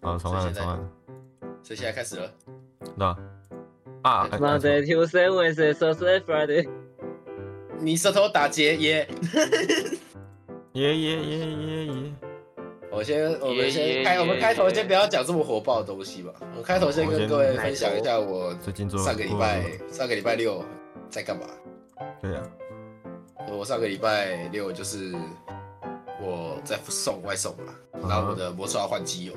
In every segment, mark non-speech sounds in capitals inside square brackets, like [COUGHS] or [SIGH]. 啊，重按所以现在重按，所以现在开始了。对吧？啊，哎按错 Monday, Tuesday, Wednesday, Thursday, Friday。你舌头打结耶！耶耶耶耶耶！我先，我们耶耶先开，我们开头耶先不要讲这么火爆的东西吧。我开头先我跟先各位分享一下我最近做了上个礼做了拜什么上个礼拜六在干嘛。对啊，我上个礼拜六就是我在送外送嘛，然后嗯我啊的摩托车要换机油，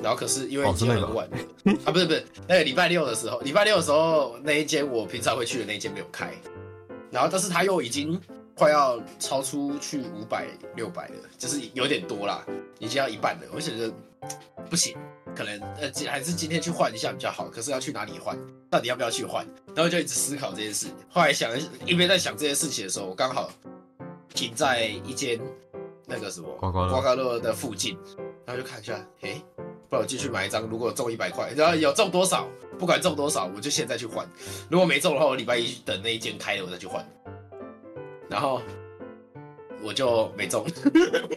然后可是因为已经很晚了、啊，不是不是，那个礼拜六的时候，礼拜六的时候那一间我平常会去的那一间没有开，然后但是他又已经快要超出去五百六百了，就是有点多啦，已经要一半了，我觉得不行，可能呃今还是今天去换一下比较好，可是要去哪里换？到底要不要去换？然后就一直思考这件事。后来想一边在想这件事情的时候，我刚好停在一间那个什么刮刮乐刮刮乐的附近，然后就看一下，诶，不然我进去买一张，如果中一百块，然后有中多少，不管中多少，我就现在去换。如果没中的话，我礼拜一等那一间开了我再去换。然后我就没中，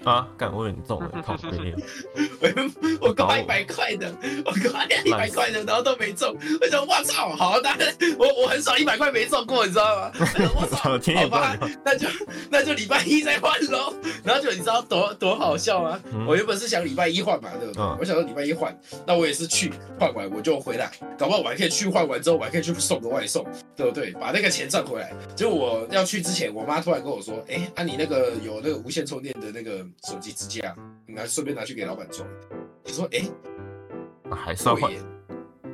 啊，干我有点中了，靠 [LAUGHS] 背，我我刮一百块的，我刮一百块的，然后都没中，我想我操，好，那我我很少一百块没中过，你知道吗？哎 [LAUGHS] 我操，我听也好不知道吧你，那就那就礼拜一再换喽。然后就你知道多多好笑吗？嗯我原本是想礼拜一换嘛，对不对？嗯我想说礼拜一换，那我也是去换完我就回来，搞不好我还可以去换完之后，我还可以去送个外送，对不对？把那个钱赚回来。结果我要去之前，我妈突然跟我说：“哎、啊你那个有那个无线充电的那个手机支架，你拿顺便拿去给老板装。”我说：“哎、啊还是要对换耶，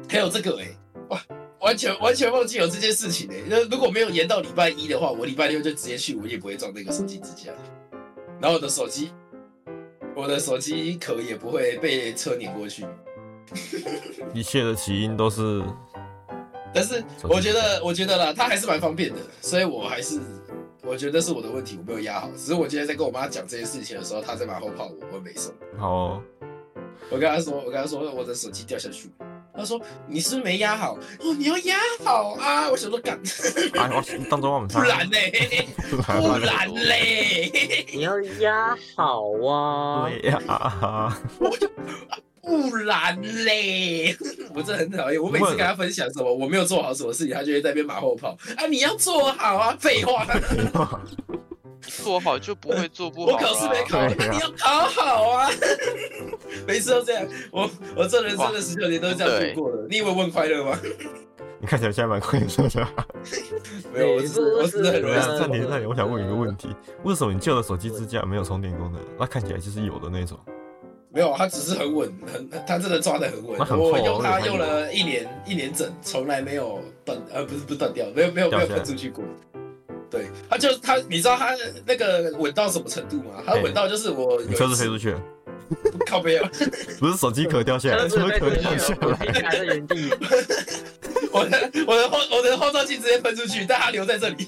还有这个哎、哇，完全完全忘记有这件事情哎、那如果没有延到礼拜一的话，我礼拜六就直接去，我也不会撞那个手机支架。然后我的手机，我的手机壳也不会被车碾过去。一切的起因都是但是手机我觉得，我觉得啦，它还是蛮方便的，所以我还是我觉得是我的问题，我没有压好。只是我今天在跟我妈讲这件事情的时候，她在马后炮我，我没送。好哦，我跟他说，我跟他说我的手机掉下去了。他说你是不是没压好？哦，你要压好啊！我想说干，哎，我当中我们不然呢？不然嘞？你要压好啊！对呀， [LAUGHS] 不然嘞？ [LAUGHS] 我真的很讨厌，我每次跟他分享什么我没有做好什么事情，他就会在那边马后炮啊！你要做好啊！废话，做好就不会做不我好啦。考试没考对，那啊你要考好啊！ [LAUGHS] 每次都这样，我我这人生的十九年都是这样度过的。你以为我很快乐吗？你看起来现在蛮快乐 [LAUGHS] 的。没有，我只是我只是等很容一易下对啊暂停暂停，我想问你一个问题：为什么你旧的手机支架没有充电功能？那看起来就是有的那种。没有，他只是很稳，很他真的抓的很稳。那很厚啊我用我它以为它用了一年一年整，从来没有断，呃，不是不是断掉，没有没有掉没下有来喷出去过。对，他就他，你知道他那个稳到什么程度吗？他嘿稳到就是我有你车一子飞次出去了，靠 [LAUGHS] 背啊，不是手机壳掉下来，车车子被壳推掉去下了，我来。停下来在原地。我的我的后我的后照镜直接喷出去，但他留在这里，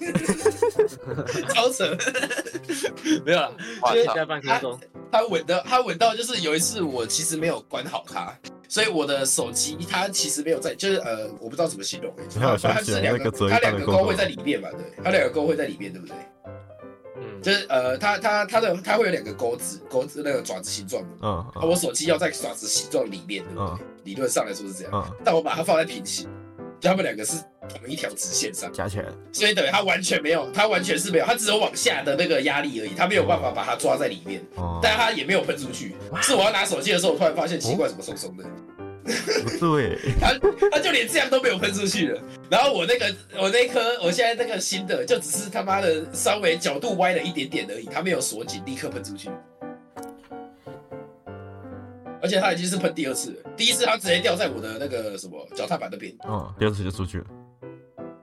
[LAUGHS] 超扯。 [LAUGHS] 没有啦，哇停操在半空中，他稳到他稳到就是有一次我其实没有关好它，所以我的手机它其实没有在，就是呃，我不知道怎么形容、欸，啊你让我它想它起是来两那个折一它半的两个工勾作会在里面嘛，对，它两个勾会在里面，对不对？嗯，就是呃，它它它的它会有两个钩子，钩子那个爪子形状的，嗯啊，我手机要在爪子形状里面，对不对？嗯理论上来说是这样，嗯，但我把它放在平行，就它们两个是同一条直线上，夹起来。所以等于它完全没有，它完全是没有，它只有往下的那个压力而已，它没有办法把它抓在里面。哦，但他也没有喷出去。是我要拿手机的时候，我突然发现奇怪，怎么松松的？不 [LAUGHS] 对，他他就连这样都没有喷出去了。然后我那个我那颗我现在那个新的，就只是他妈的稍微角度歪了一点点而已，它没有锁紧，立刻喷出去。而且它已经是喷第二次了，第一次它直接掉在我的那个什么脚踏板那边，嗯，第二次就出去了。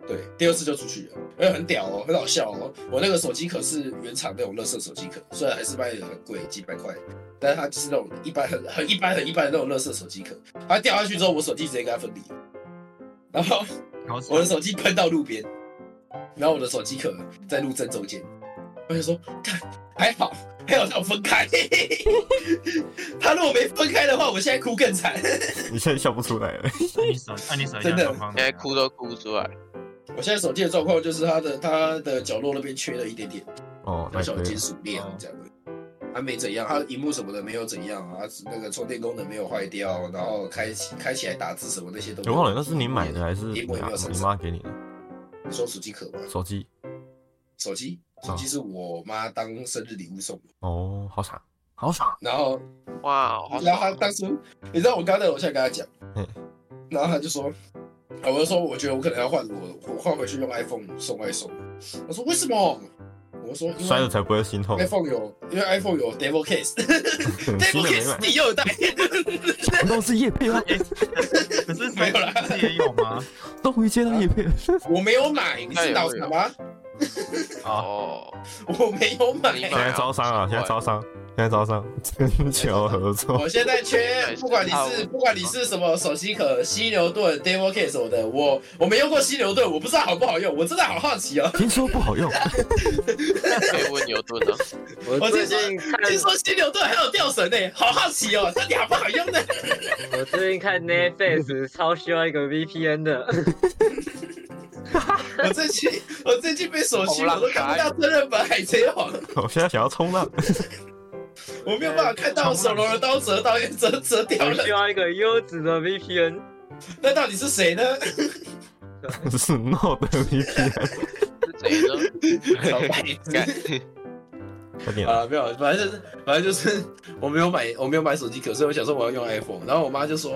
对，第二次就出去了，而且很屌哦，很好笑哦。我那个手机壳是原厂那种乐色手机壳，虽然还是卖的很贵，几百块，但是它就是那种一般很很一般很一般的那种乐色手机壳。它掉下去之后，我手机直接跟它分离了，然后好我的手机喷到路边，然后我的手机壳在路正中间，我就说，看还好，还好它有分开， [LAUGHS] 它如果没分开的话，我现在哭更惨。 [LAUGHS] 你现在笑不出来了。那你手，那你手机真的状况现在哭都哭不出来。我现在手机的状况就是它的它的角落那边缺了一点点。哦，小 [LAUGHS] 那小可以嗯金了。属链这样的。它没怎样，它啊荧幕什么的没有怎样啊，那个充电功能没有坏掉，然后开启开起来打字什么那些都没我有。啊忘了那是你买的还是你你我也啊没有上你手妈给你的你说手机壳吗？手机？手机，手嗯机是我妈当生日礼物送的。哦，好傻，好傻，然后，哇，哦好然后她爽！当时，你知道我刚在楼下跟她讲哦嗯， [LAUGHS] 然后她就说，啊，我就说我觉得我可能要换我我换回去用 iPhone 送外送。我说为什么？我说因摔了为才不会心 [LAUGHS] 痛。 iPhone 有，因为 iPhone 有 Devil [LAUGHS] Case，Devil 新的没 Case 买，第二代。难道是叶啊配 [LAUGHS] 吗？可是没有啦手机也有吗？终于接到叶配了。我没有买，你是脑残吗？啊，哦，我没有 [LAUGHS] 买。现在招商啊，现在招商，现在招商，全球合作。我现在缺，不管你是不管你是什么手机壳、犀牛盾、Demo K 什么的，我我没用过犀牛盾，我不知道好不好用，我真的好好奇哦。听说不好用，可以问牛顿啊，我我最最近近看，听说犀牛盾还有吊绳呢、好好奇哦，到底好不好 [LAUGHS] 用呢？我最近 [LAUGHS] 看 Netflix 超需要一个 VPN 的，我最近我最近被锁心，我都看不到真人版海贼王， [LAUGHS] 我现在想要冲浪。 [LAUGHS] 我没有办法看到手龙的刀折到折折掉我了需，要一个优质的 VPN。那到底是谁呢？是 no 的 VPN，是谁 [LAUGHS] 呢？小白干快点啊！啊，没有，反正就是，反正就是我没有买，我没有买手机壳，所以我想说我要用 iPhone，然后我妈就说，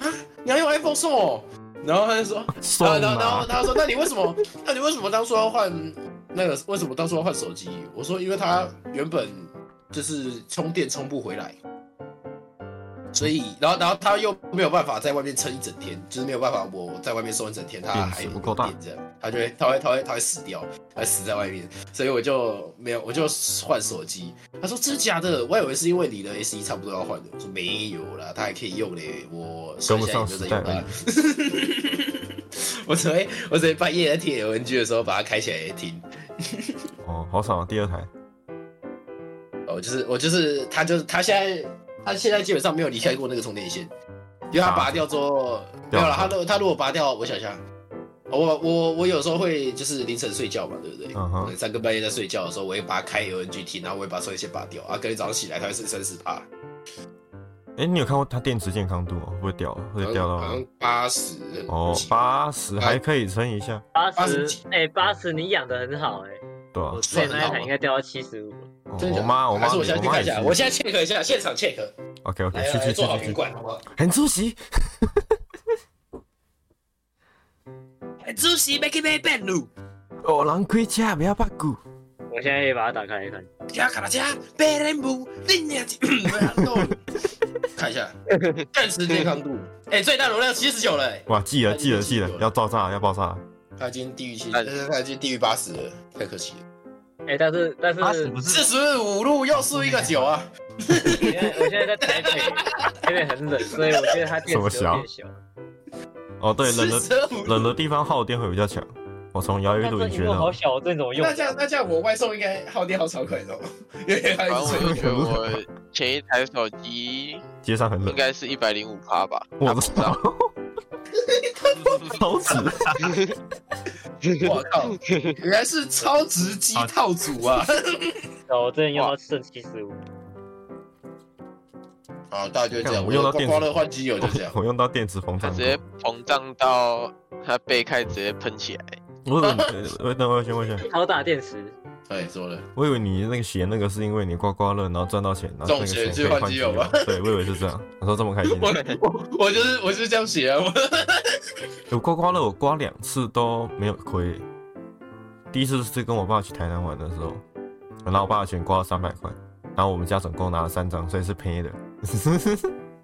啊，你要用 iPhone 送哦，然后她就说，啊，送然后然后嘛，她说，那你为什么，那你为什么当初要换那个，为什么当初要换手机？我说，因为它原本就是充电充不回来，所以，然后然后她又没有办法在外面撑一整天，就是没有办法我在外面送一整天，她电还池不够大有电这样，她就会她会她会她会死掉，她会死在外面。所以我就没有，我就换手机。他说：“真的假的？我以为是因为你的 S 1差不多要换的。”我说：“没有啦，它还可以用嘞。我跟现不在也上没有时在代用而已它。 [LAUGHS] 我只会我只会半夜在听 LNG 的时候把它开起来听。哦，好爽啊！第二台，哦，就是我就是他就是他现在他现在基本上没有离开过那个充电线，因为他拔掉之后没有了。他如果他如果拔掉，我想一下，我我我有时候会就是凌晨睡觉嘛，对不对？嗯哼可能三更半夜在睡觉的时候，我会把它开 LNG 听，然后我会把充电线拔掉，啊，隔天早上起来它会剩三十八，哎，你有看过它电池健康度吗？会不会掉啊？会掉好到像八十哦，八十哎还可以撑一下，八80十几，哎，八十你养的很好哎，对啊我。之前那一台应该掉到七十五。哦真的假我的妈，我妈，还是我现在去看一下，妈也我是现在 check 一下，现场 check， OK 来 OK，去来来去做好去品去去，管，好不好？很出息。主席 make it make bad 路，哦，狼盔甲不要怕骨。我现在也把它打开来看。加卡拉加嗯 bad 人不，你俩 [COUGHS] 啊看一下，电池健康 [LAUGHS] 度，哎，最大容量七十九了，哎哇，记了记了记了，要爆炸了要爆炸了。他已经地狱七，呃哎他已经地狱八十了，太可惜了。哎，但是但是，八十我不四是十五路又输一个九啊！现在我现在在台北，台北很冷，所以我觉得它电池有点小。哦，对，冷的四舍五入冷的地方耗电会比较强。我从摇一但录这影荧学幕好到，小，我这怎么用那？这样那这样，我外送应该耗电耗超快的哦， [LAUGHS] 因为他反正一我直吹。就觉得我 [LAUGHS] 前一台手机街上很应冷。该是一百零五趴吧，我打不操，到，好死！我靠，原来是超值机套组 [LAUGHS] 啊！哦，我之前用到剩七十五。啊，大概就这看样，我用到刮电刮池乐换机油就 [LAUGHS] 这样。我用到电池膨它胀过。直接膨胀到它背开直接喷起来，我以为你，呃等我先问一下，好打电池，哎，说了，我以为你那个写那个是因为你刮刮乐，然后赚到钱，然后中那个邪钱去可以换换机机油油吧。对，我以为是这 [LAUGHS] 样。我说这么开心，我我我就是我就是这样写啊，我我刮刮乐我刮两次都没有亏。第一次是跟我爸去台南玩的时候，然后我爸的钱刮了三百块，然后我们家总共拿了三张，所以是赔的， [LAUGHS] 只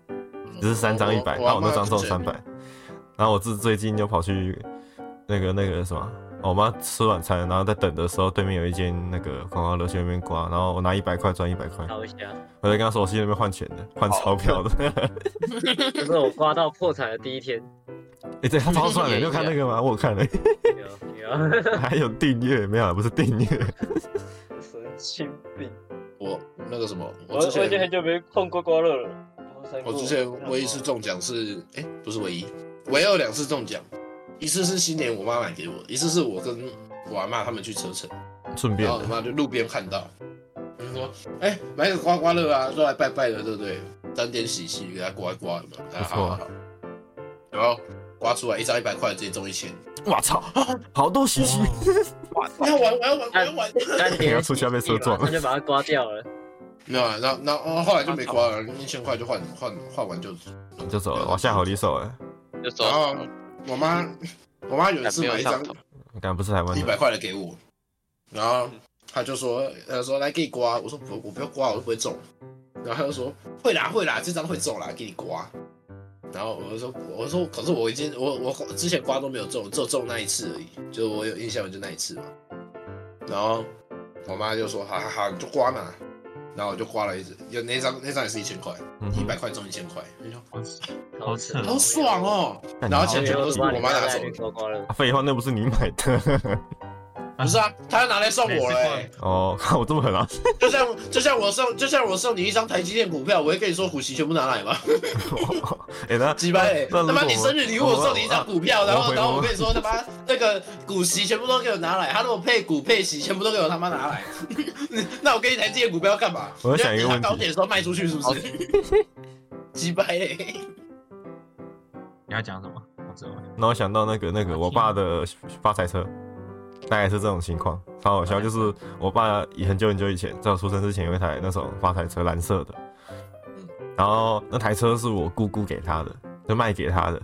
嗯是三哦张一百，那我那张中三百。然后我自最近就跑去那个那个什么，哦我妈吃晚餐，然后在等的时候，对面有一间那个刮刮乐去那边刮，然后我拿一百块赚一百块，敲一下。我在跟他说我去那边换钱哦的，换钞票的。 [LAUGHS] 就是我刮到破产的第一天。哎，对他超赚的，你有 [LAUGHS] 看那个吗？我有看了，有有，还有订阅没有啊？不是订阅。 [LAUGHS] 神经病！我那个什么，我我之我已经前很久没碰刮刮乐了。我之前唯一一次中奖是，哎，不是唯一，唯二两次中奖，一次是新年我妈买给我，一次是我跟我阿妈他们去车城，顺便然后我的，妈就路边看到，嗯说，哎、买个刮刮乐啊，说来拜拜的，对不对？沾点喜气，给他刮一刮，有没有？大家好好好。然后刮出来一张一百块，直接中一千。我操，好多信息，哦我要玩，我要玩，我要玩。但 [LAUGHS] 你要出去要被车撞那就把它刮掉了。没有啊，然后然后、哦、后来就没刮了，一千块就换换换完就就走了，我下好离手了，就走然。后我妈我妈有一次没有买一上张头敢不是台湾一百的，块的给我，然后他就说，他说来给你刮，我说不，我不要刮，我又不会中。然后他就说会啦会啦，这张会中啦，给你刮。然后我就说我说可是我已经我我之前刮都没有中，只有中那一次而已，就我有印象就那一次嘛。然后我妈就说好好好，你就刮嘛。然后我就刮了一只，有那张那张也是一千块，嗯一哼百块中一千块，我就说好扯好爽！哦！然后干钱全部都是我妈拿走的，刮刮乐啊，废话，那不是你买的 [LAUGHS] 不是啊，她拿来送我了、欸。哦，看我这么狠啊， [LAUGHS] 就像就像我送就像我送你一张台积电股票，我会跟你说股息全部拿来 [LAUGHS] 吗？ [LAUGHS] 哎，那鸡巴嘞！那他如果妈你生日礼物我送你一张股票，我然后我然后我我跟你说他妈那个股息全部都给我拿来，他如果配股配息全部都给我他妈拿来， [LAUGHS] 那我给你台积电股票干嘛？我在想一个问题你要等它高铁的时候卖出去是 [LAUGHS] 欸不是？鸡巴嘞！你要讲什么？我知道了。让我想到那个那个我爸的发财车，大概是这种情况，超好笑。就是我爸也很久很久以前，在我出生之前有一台那种发财车，蓝色的，然后那台车是我姑姑给他的，就卖给他的，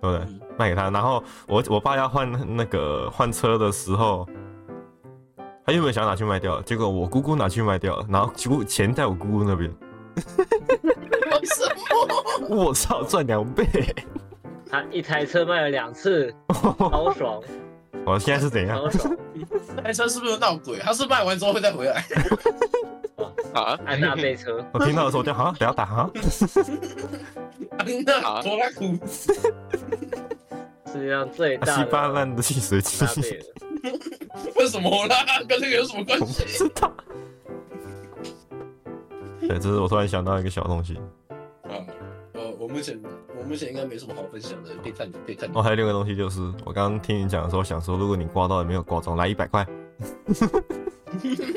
对不对？嗯卖给他。然后我我爸要换那个换车的时候，他原本想要拿去卖掉，结果我姑姑拿去卖掉了，然后结果钱在我姑姑那边， [LAUGHS] 为什 [LAUGHS] 么？我操，赚两倍！他一台车卖了两次，超 [LAUGHS] 爽，我现在是怎样？超爽！这台车是不是有闹鬼？啊他是卖完之后会再回来？ [LAUGHS] 啊！安娜贝车，我听到的时候我就好啊像等下打哈。那多拉苦世界上最大稀的巴烂的汽水机安，娜贝了。为什么啦？跟这个有什么关我不系？知道。对，这是我突然想到一个小东西。啊，我我目前我目前应该没什么好分享的，可以看可以看。哦，还有另一个东西就是，我刚刚听你讲的时候，想说如果你刮到也没有刮中，来一百 [LAUGHS] 块，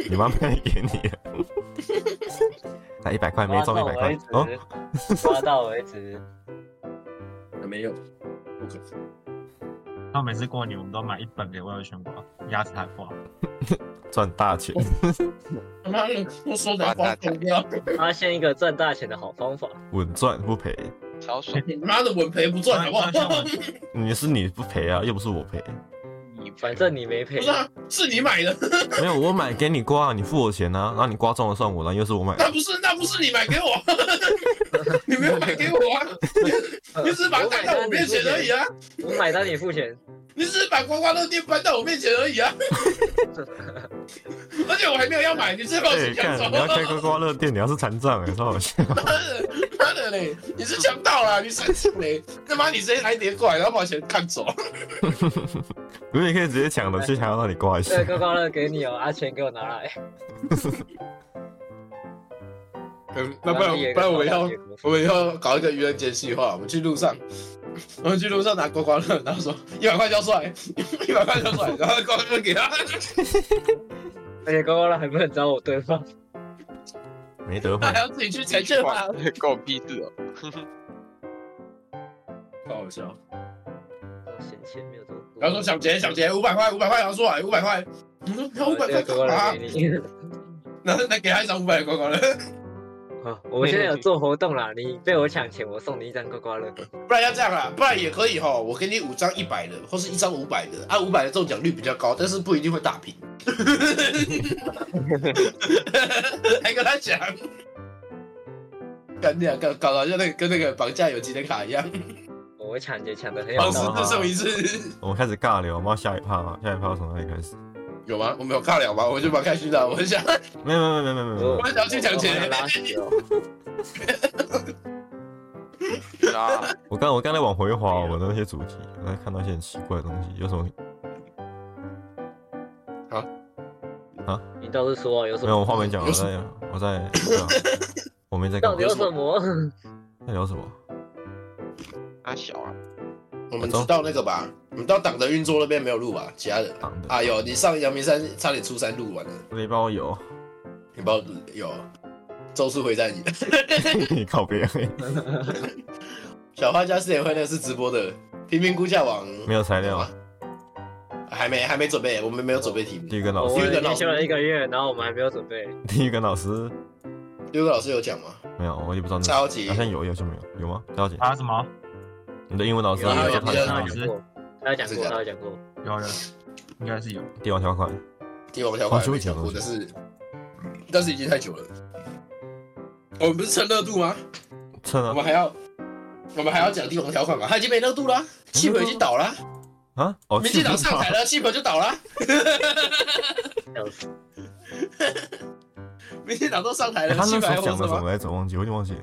你妈卖给你了，来一百块没中一百块刮哦到，为止，刮到为止。没有，不可能。他每次过年，我们都买一本给外宣刮，压死他刮。赚大钱。他妈的，我手在刮疯掉！发现一个赚大钱的好方法，稳赚不赔。超爽，妈的，稳赔不赚好不好？ [LAUGHS] 不你是你不赔啊，又不是我赔，你反正你没赔是，啊，是你买的，没有我买给你刮，你付我钱啊，然后你刮中了算我的，又是我买的那不是那不是你买给我， [LAUGHS] 你没有买给我啊， [LAUGHS] 你只是把它我带买到单我你面付前而已钱，啊，我买单你付钱，你只是把刮刮乐店搬到我面前而已啊， [LAUGHS] 而且我还没有要买，你直接把我哎，钱抢看走你要，开刮刮乐店，你要是残障哎，超好笑。 [LAUGHS] 妈的妈的嘞，你是强盗啦，啊你神经嘞，他妈你直接来叠过来，然后把我钱看走，如果你可以直接抢的，就想要让你刮一下这。个刮刮乐给你哦，阿全给我拿来。 [LAUGHS] 嗯那不然不然我们要。我们要搞一个愚人节计划，我们去路上， [LAUGHS] 我们去路上拿刮刮乐，然后说一百块交出来， [LAUGHS] 一百块交出来，然后刮刮乐给 [LAUGHS] 他。而且刮刮乐还不能找我对方，没得他换还，要自己去承认吗？关我屁事哦！好笑。我闲钱没有多。然后说小杰，小杰五百块，五百块拿出来，五百块。你说拿五百块这个刮干刮嘛乐？给你。 [LAUGHS] 然后再给他一张五百的刮刮乐，啊，我们现在有做活动啦，你被我抢钱，我送你一张刮刮乐。不然要这样啦，不然也可以哈，我给你五张一百的，或是一张五百的，啊按五百的中奖率比较高，但是不一定会打平。 [LAUGHS] 还跟他讲，干掉，搞搞到像那个跟那个绑架游击的卡一样，哦我抢劫抢的很有绑道十好理，次送一次，我们开始尬聊，我们要下一趴吗？下一趴要从哪里开始？有吗？我们有尬聊吗？我就蛮开心的，我很想，没有没有没有没有没有没我有，我想去抢我钱想，拉屎哦。啊，我刚我刚才往回滑我的那些主题，我在看到一些很奇怪的东西，有什么？你倒是说啊有什没有，我么？话没讲，我在我在，我在我没在干到嘛底有什么？在聊什么？阿小啊，我们知道那个吧？我们到党的运作啊那边没有录吧？其他的。党的，哎呦，你上阳明山差点初三录完了，没帮我有，你不知道有《咒术回战》你你靠边，小画家四点会那是直播的，平民估价网没有材料啊，还没还没准备，我们没有准备题目。地狱跟老我师，们已经休了一个月，然后我们还没有准备。地狱跟老师六个老师有讲吗？没有，我也不知道那是超级嗯好像有，有就没有，有吗？了解，啊什么？你的英文老师有啊有有说他有是啊哪他里有讲过，他有讲过，他有讲过。有有，应该是有。帝王条款？帝王条款好久没以前讲过，的但东是但是已经太久了。我们不是蹭热度吗？趁我啊们还要我们还要讲帝王条款吗？他已经没热度啦，气氛已经倒啦，啊！嗯哦，民进党上台了，了，气氛就倒啦。笑死 [LAUGHS] 民进党都上台哎了，他气那氛时还候讲的活着什么吗？来着？忘记，我有点忘记，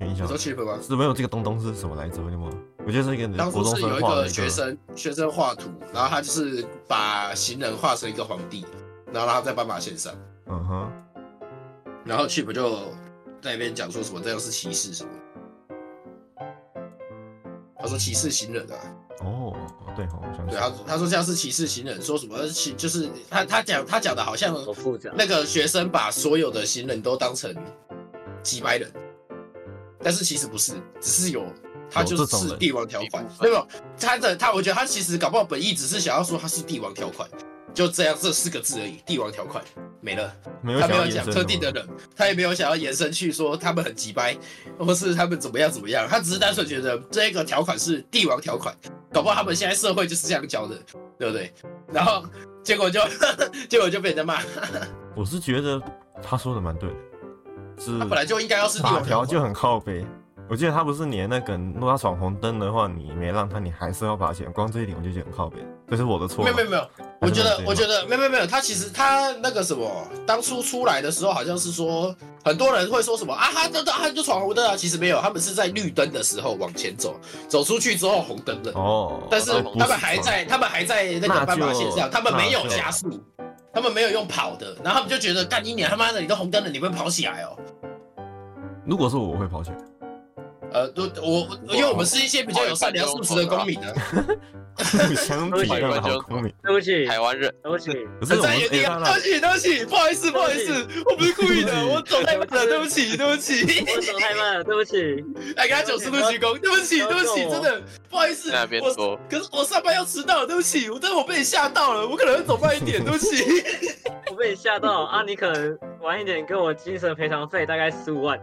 有印你象说。气氛吗？是没有这个东东是什么来着？我有点忘了。我觉得是一个当国初中是有生一画的个学生，学生画图，然后他就是把行人画成一个皇帝，然后让他在斑马线上，嗯哼，然后 Chip 就在那边讲说什么这样是歧视什么的，他说歧视行人啊，哦，对哦，我想起对来他他说这样是歧视行人，说什么歧就是他他讲他讲的好像好复杂。那个学生把所有的行人都当成几百人，但是其实不是，只是有他有就这种是人帝王条款一部，没分有没有他的他，我觉得他其实搞不好本意只是想要说他是帝王条款，就这样这四个字而已，帝王条款没了，没有他想没要有延讲伸哦特定的什么人，他也没有想要延伸去说他们很鸡掰，或是他们怎么样怎么样，他只是单纯觉得这个条款是帝王条款，搞不好他们现在社会就是这样教的，对不对？然后结果就 [LAUGHS] 结果就被人家骂。我是觉得他说的蛮对的，是他嗯本来就应该要是帝法王条款就很靠背。我记得他不是你那个，如果他闯红灯的话，你没让他，你还是要罚钱。光这一点我就觉得很靠背，这是我的错没吗。有没有没有，啊我觉得我觉得没有没有没有，他其实他那个什么，当初出来的时候好像是说，很多人会说什么啊，他他他就闯红灯啊，其实没有，他们是在绿灯的时候往前走，走出去之后红灯的，哦，但是那不他们还在他们还在那那个斑马线就上，他们没有那就加速，他们没有用跑的，然后他们就觉得干一年他妈的你都红灯了，你不会跑起来哦。如果是我，我会跑 [LAUGHS] 起来。呃，都我我因为我们是一些比较有善良素质的公民啊，互相体谅好公民。对不起，台湾人对不起，可是很我们在原哎地当啊！然对不起，对不起，不好意思，不好意对思，我不是故意的，我走太慢了，对对不不起，对不起， [LAUGHS] 我走太慢了，对不起。还给他九十度鞠躬，对不起，不要对不起，揍我真的不好意思，在那边我说，可是我上班要迟到了，对不起，我真的我被你吓到了，我可能会走慢一点，对不起，我被你吓到啊！你可能晚一点给我精神赔偿费，大概十五万。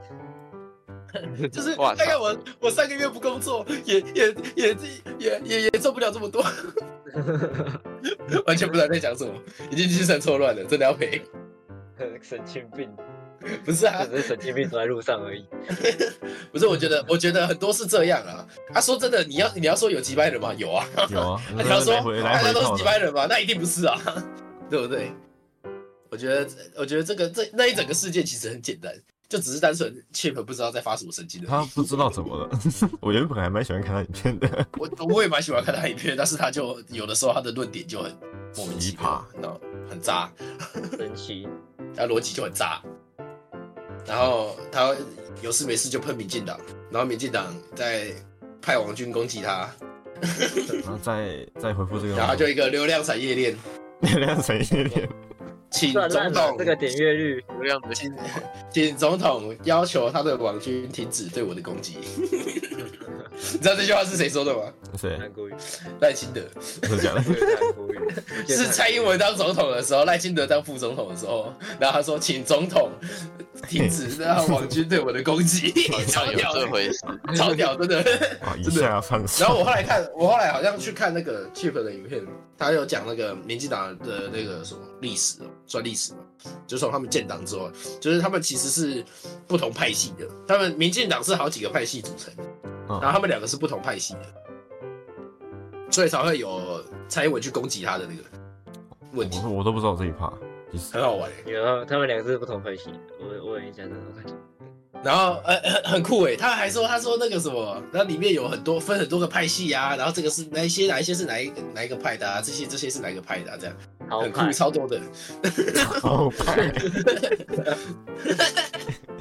就是哇大概我我三个月不工作，也也也也也也挣不了这么多，完全不知道在讲什么，已经精神错乱了，真的要赔， [LAUGHS] 神经病，不是啊这，只是神经病走在路上而已。不是，我觉得我觉得很多是这样啊，啊，说真的，你要你要说有几百人吗？有啊。有 [LAUGHS] 啊，你要说来回来大家回都套是几的。百人吧，那一定不是啊， [LAUGHS] 对不对？我觉得，我觉得这个这那一整个事件其实很简单，就只是单纯 Chip 不知道在发什么神经的。 [LAUGHS] 他不知道怎么了。 [LAUGHS] 我原本还蛮喜欢看他影片的，我我也蛮喜欢看他影片，但是他就有的时候他的论点就很莫名其妙，然后很渣，神 [LAUGHS] 奇，他逻辑就很渣。然后他有事没事就喷民进党，然后民进党在派网军攻击他，然后再再回复这个。然后他啊 [LAUGHS] 就一个流量产业链，原谅谁一点？请算总烂了统这个点阅率，流量的请请总统要求他的网军停止对我的攻 [LAUGHS] 击。你知道这句话是谁说的吗？谁？韩国语，赖清德真的 [LAUGHS] 假的？韩国语是蔡英文当总统的时候，赖清德当副总统的时候，然后他说请总统停止让网军对我的攻击，超有屌的这，回事， [LAUGHS] 超屌，真的。啊，一下放手 [LAUGHS] 然。后我后来看，我后来好像去看那个 Chip 的影片，他有讲那个民进党的那个什么历史哦，算历史嘛，就从他们建党之后，就是他们其实是不同派系的，他们民进党是好几个派系组成，嗯然后他们两个是不同派系的，所以才会有蔡英文去攻击他的那个问题我，我都不知道这一 [LAUGHS] 趴，其实哦很好玩欸、有他们两个是不同分析，我我有印象这种感觉。然后呃很很酷诶，他还说他说那个什么，那里面有很多分很多个派系啊，然后这个是哪一些哪一些是哪一个哪一个派的啊，这些这些是哪一个派的啊，这样好很酷派，超多的。好快， [LAUGHS]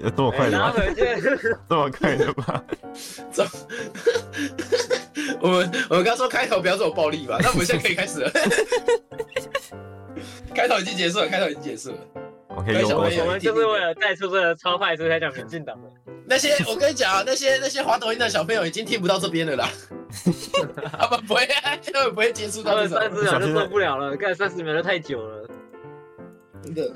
有这么快的然 [LAUGHS] 后吗？回去，这么快的 [LAUGHS] 吗？我们我们刚说开头不要这么暴力吧， [LAUGHS] 那我们现在可以开始了。开头已经结束了，开头已经结束了。我可以哎用小多朋友久我？们就是为了带出这个超派，所以才讲民进党的。那 [LAUGHS] 些我跟你讲啊，那些那些滑抖音的小朋友已经听不到这边了啦， [LAUGHS] 他们不会，他们不会接触他到们这种三十秒就受不了了，干三十秒就太久了。真的。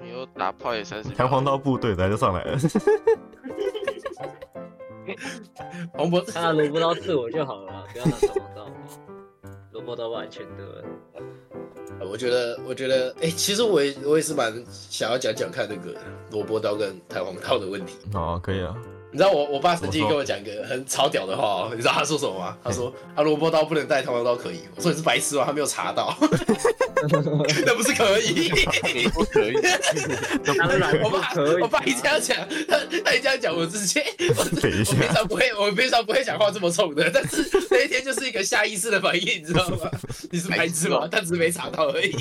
你又打炮也三十秒，弹簧刀部队的就上来了， [LAUGHS] 黄渤他拿萝卜刀刺我就好了，不要拿什么刀。萝卜刀不安全的，我觉得，我觉得，哎、其实我也我也是蛮想要讲讲看那个萝卜刀跟弹簧刀的问题。好，可 [LAUGHS] 以啊。你知道我我爸怎曾经么说跟我讲一个很超屌的话、哦，嗯你知道他说什么吗？他说啊萝卜刀不能带，弹簧刀可以。我说你是白痴吗？哦他没有查 [LAUGHS] 到，那不是可以？不可以，当然 [LAUGHS] 我不爸可以啊。我爸一这样讲，他他一这样讲，我直接我等一我 [LAUGHS] 下平常不 [LAUGHS] 会，我平常不会讲话这么冲的，但是那一天就是一个下意识的反应，你知道吗？你是白痴哦吗？他只是没查到而已。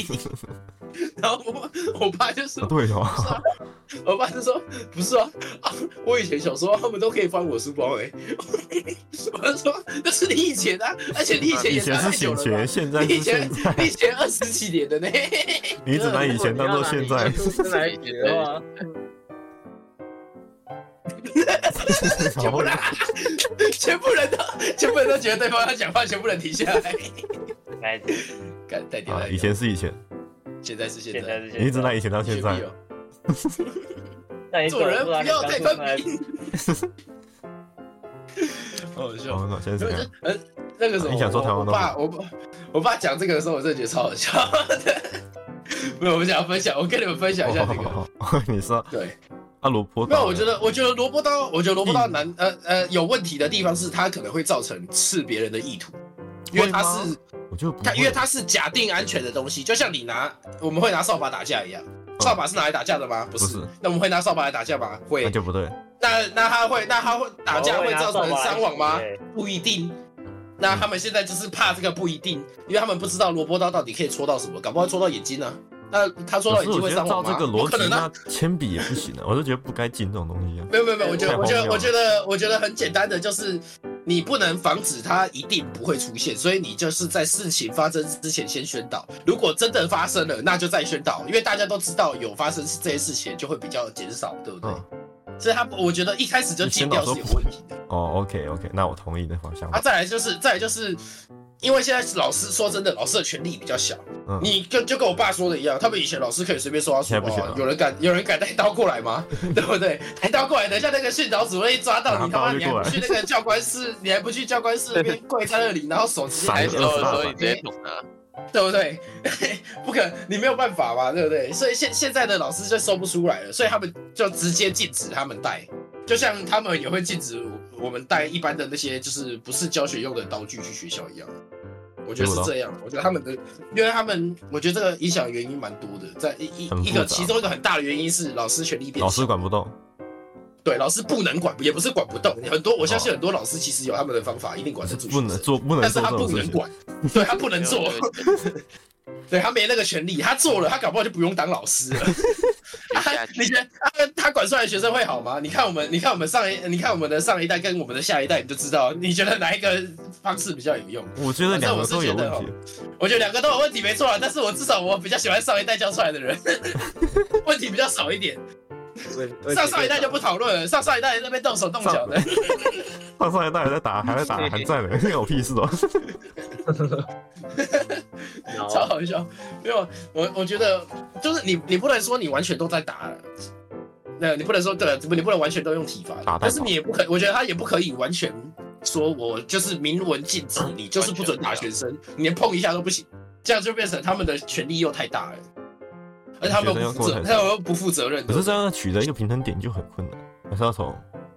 然后我我爸就说啊，对哦，我爸就说：“不是啊，啊我以前小时候他们都可以翻我书包哎、欸。” [LAUGHS] 我就说：“那是你以前啊，而且你以前以也前拿是太久警了权，现在吧。”你是以现前在， [LAUGHS] 你以前二十几 [LAUGHS] 年的呢，你只拿以前当做现在 [LAUGHS] 如。果你要拿你就是拿以前的话， [LAUGHS] 全部人， [LAUGHS] 全部人都，全部人都觉得对方要讲话，全部人停下来，那一次干太屌啊，了！以前是以前，现在是现现在在，是你一直拿以前当现绝壁在，哦那你做人不要太分明。明，好好笑。哦，那现在是这样，呃，那个时候，你想说台湾我的爸，我爸，我爸讲这个的时候，我真的觉得超好笑的。 [LAUGHS] 没有，我想要分享，我跟你们分享一下这个。哦， [LAUGHS] 你说对，阿罗坡没有，岛，我觉得，我觉得萝卜刀，我觉得萝卜刀嗯难，呃呃，有问题的地方是它可能会造成刺别人的意嗯图，因为它会是我就不它，会，因为它是假定安全的东西，就像你拿我们会拿扫把打架一样。扫把是拿来打架的吗？不是。嗯不是那我们会拿扫把来打架吗？会那。就不对，那那他会，那他会打架会造成伤亡吗对？不一定。那他们现在就是怕这个不一定，因为他们不知道萝卜刀到底可以戳到什么，搞不好戳到眼睛呢、啊那他戳到可眼是我睛会觉伤得照亡吗？这个不逻可辑，能那啊！铅笔也不行啊，我就觉得不该进这种东西啊。没有没有没有，我觉得太我荒觉谬了得我觉得我觉得很简单的，就是你不能防止它一定不会出现，所以你就是在事情发生之前先宣导。如果真的发生了，那就再宣导，因为大家都知道有发生这些事情，就会比较减少，对不对？嗯，所以他我觉得一开始就禁掉是有问题的。哦，OK OK，那我同意那方向啊，。再来就是，再来就是，因为现在老师说真的，老师的权力比较小。嗯你跟就跟我爸说的一样，他们以前老师可以随便说他书现在不包行啊了，有人敢有人敢带刀过 [LAUGHS] 来吗？对不对？带刀过来，等一下那个训导主任一抓到拿你，他妈刀就你还过不来去那个教官室，你还不去教官室 [LAUGHS] 那边跪在那里，然后手直接哦闪抬抬了起头来22的时候吧你直接捅他，对不对？ [LAUGHS] 不可，你没有办法嘛，对不对？所以现现在的老师就收不出来了，所以他们就直接禁止他们带，就像他们也会禁止我我们带一般的那些就是不是教学用的刀具去学校一样。我觉得是这样，我觉得他们的，因为他们，我觉得这个影响原因蛮多的，在一一很复杂一个其中一个很大的原因是老师权力变小，老师管不动，对老师不能管，也不是管不动，很多我相信很多老师其实有他们的方法，一定管得是住学哦不生，能做，不能但是做他这不种事能情。管，对他不能做，就对他没那个权利，他做了，他搞不好就不用当老师 [LAUGHS] 了。下去你 [LAUGHS] 觉得他他管出来的学生会好吗？你看我们，你看我们上一，你看我们的上一代跟我们的下一代，你就知道，你觉得哪一个方式比较有用？我觉得两个都有问反正我是题，我觉得哦两个都有问题，没错啊。但是我至少我比较喜欢上一代教出来的 [LAUGHS] 人，问题比较少一点。上上一代就不讨论了，上上一代那边动手动脚的，上上一代还在打，还 [LAUGHS] 在打，还在呢， [LAUGHS] 那有屁事哦。超好，好笑。没有，我我觉得就是你，你不能说你完全都在打，那你不能说对，啊你不能完全都用体罚打，带但是你也不可，我觉得他也不可以完全说我就是明文禁止嗯你，就是不准打学生，你连碰一下都不行，这样就变成他们的权力又太大了，而且他们又不负责，他们又不负责任可的。是这样取得一个平衡点就很困难，还是要从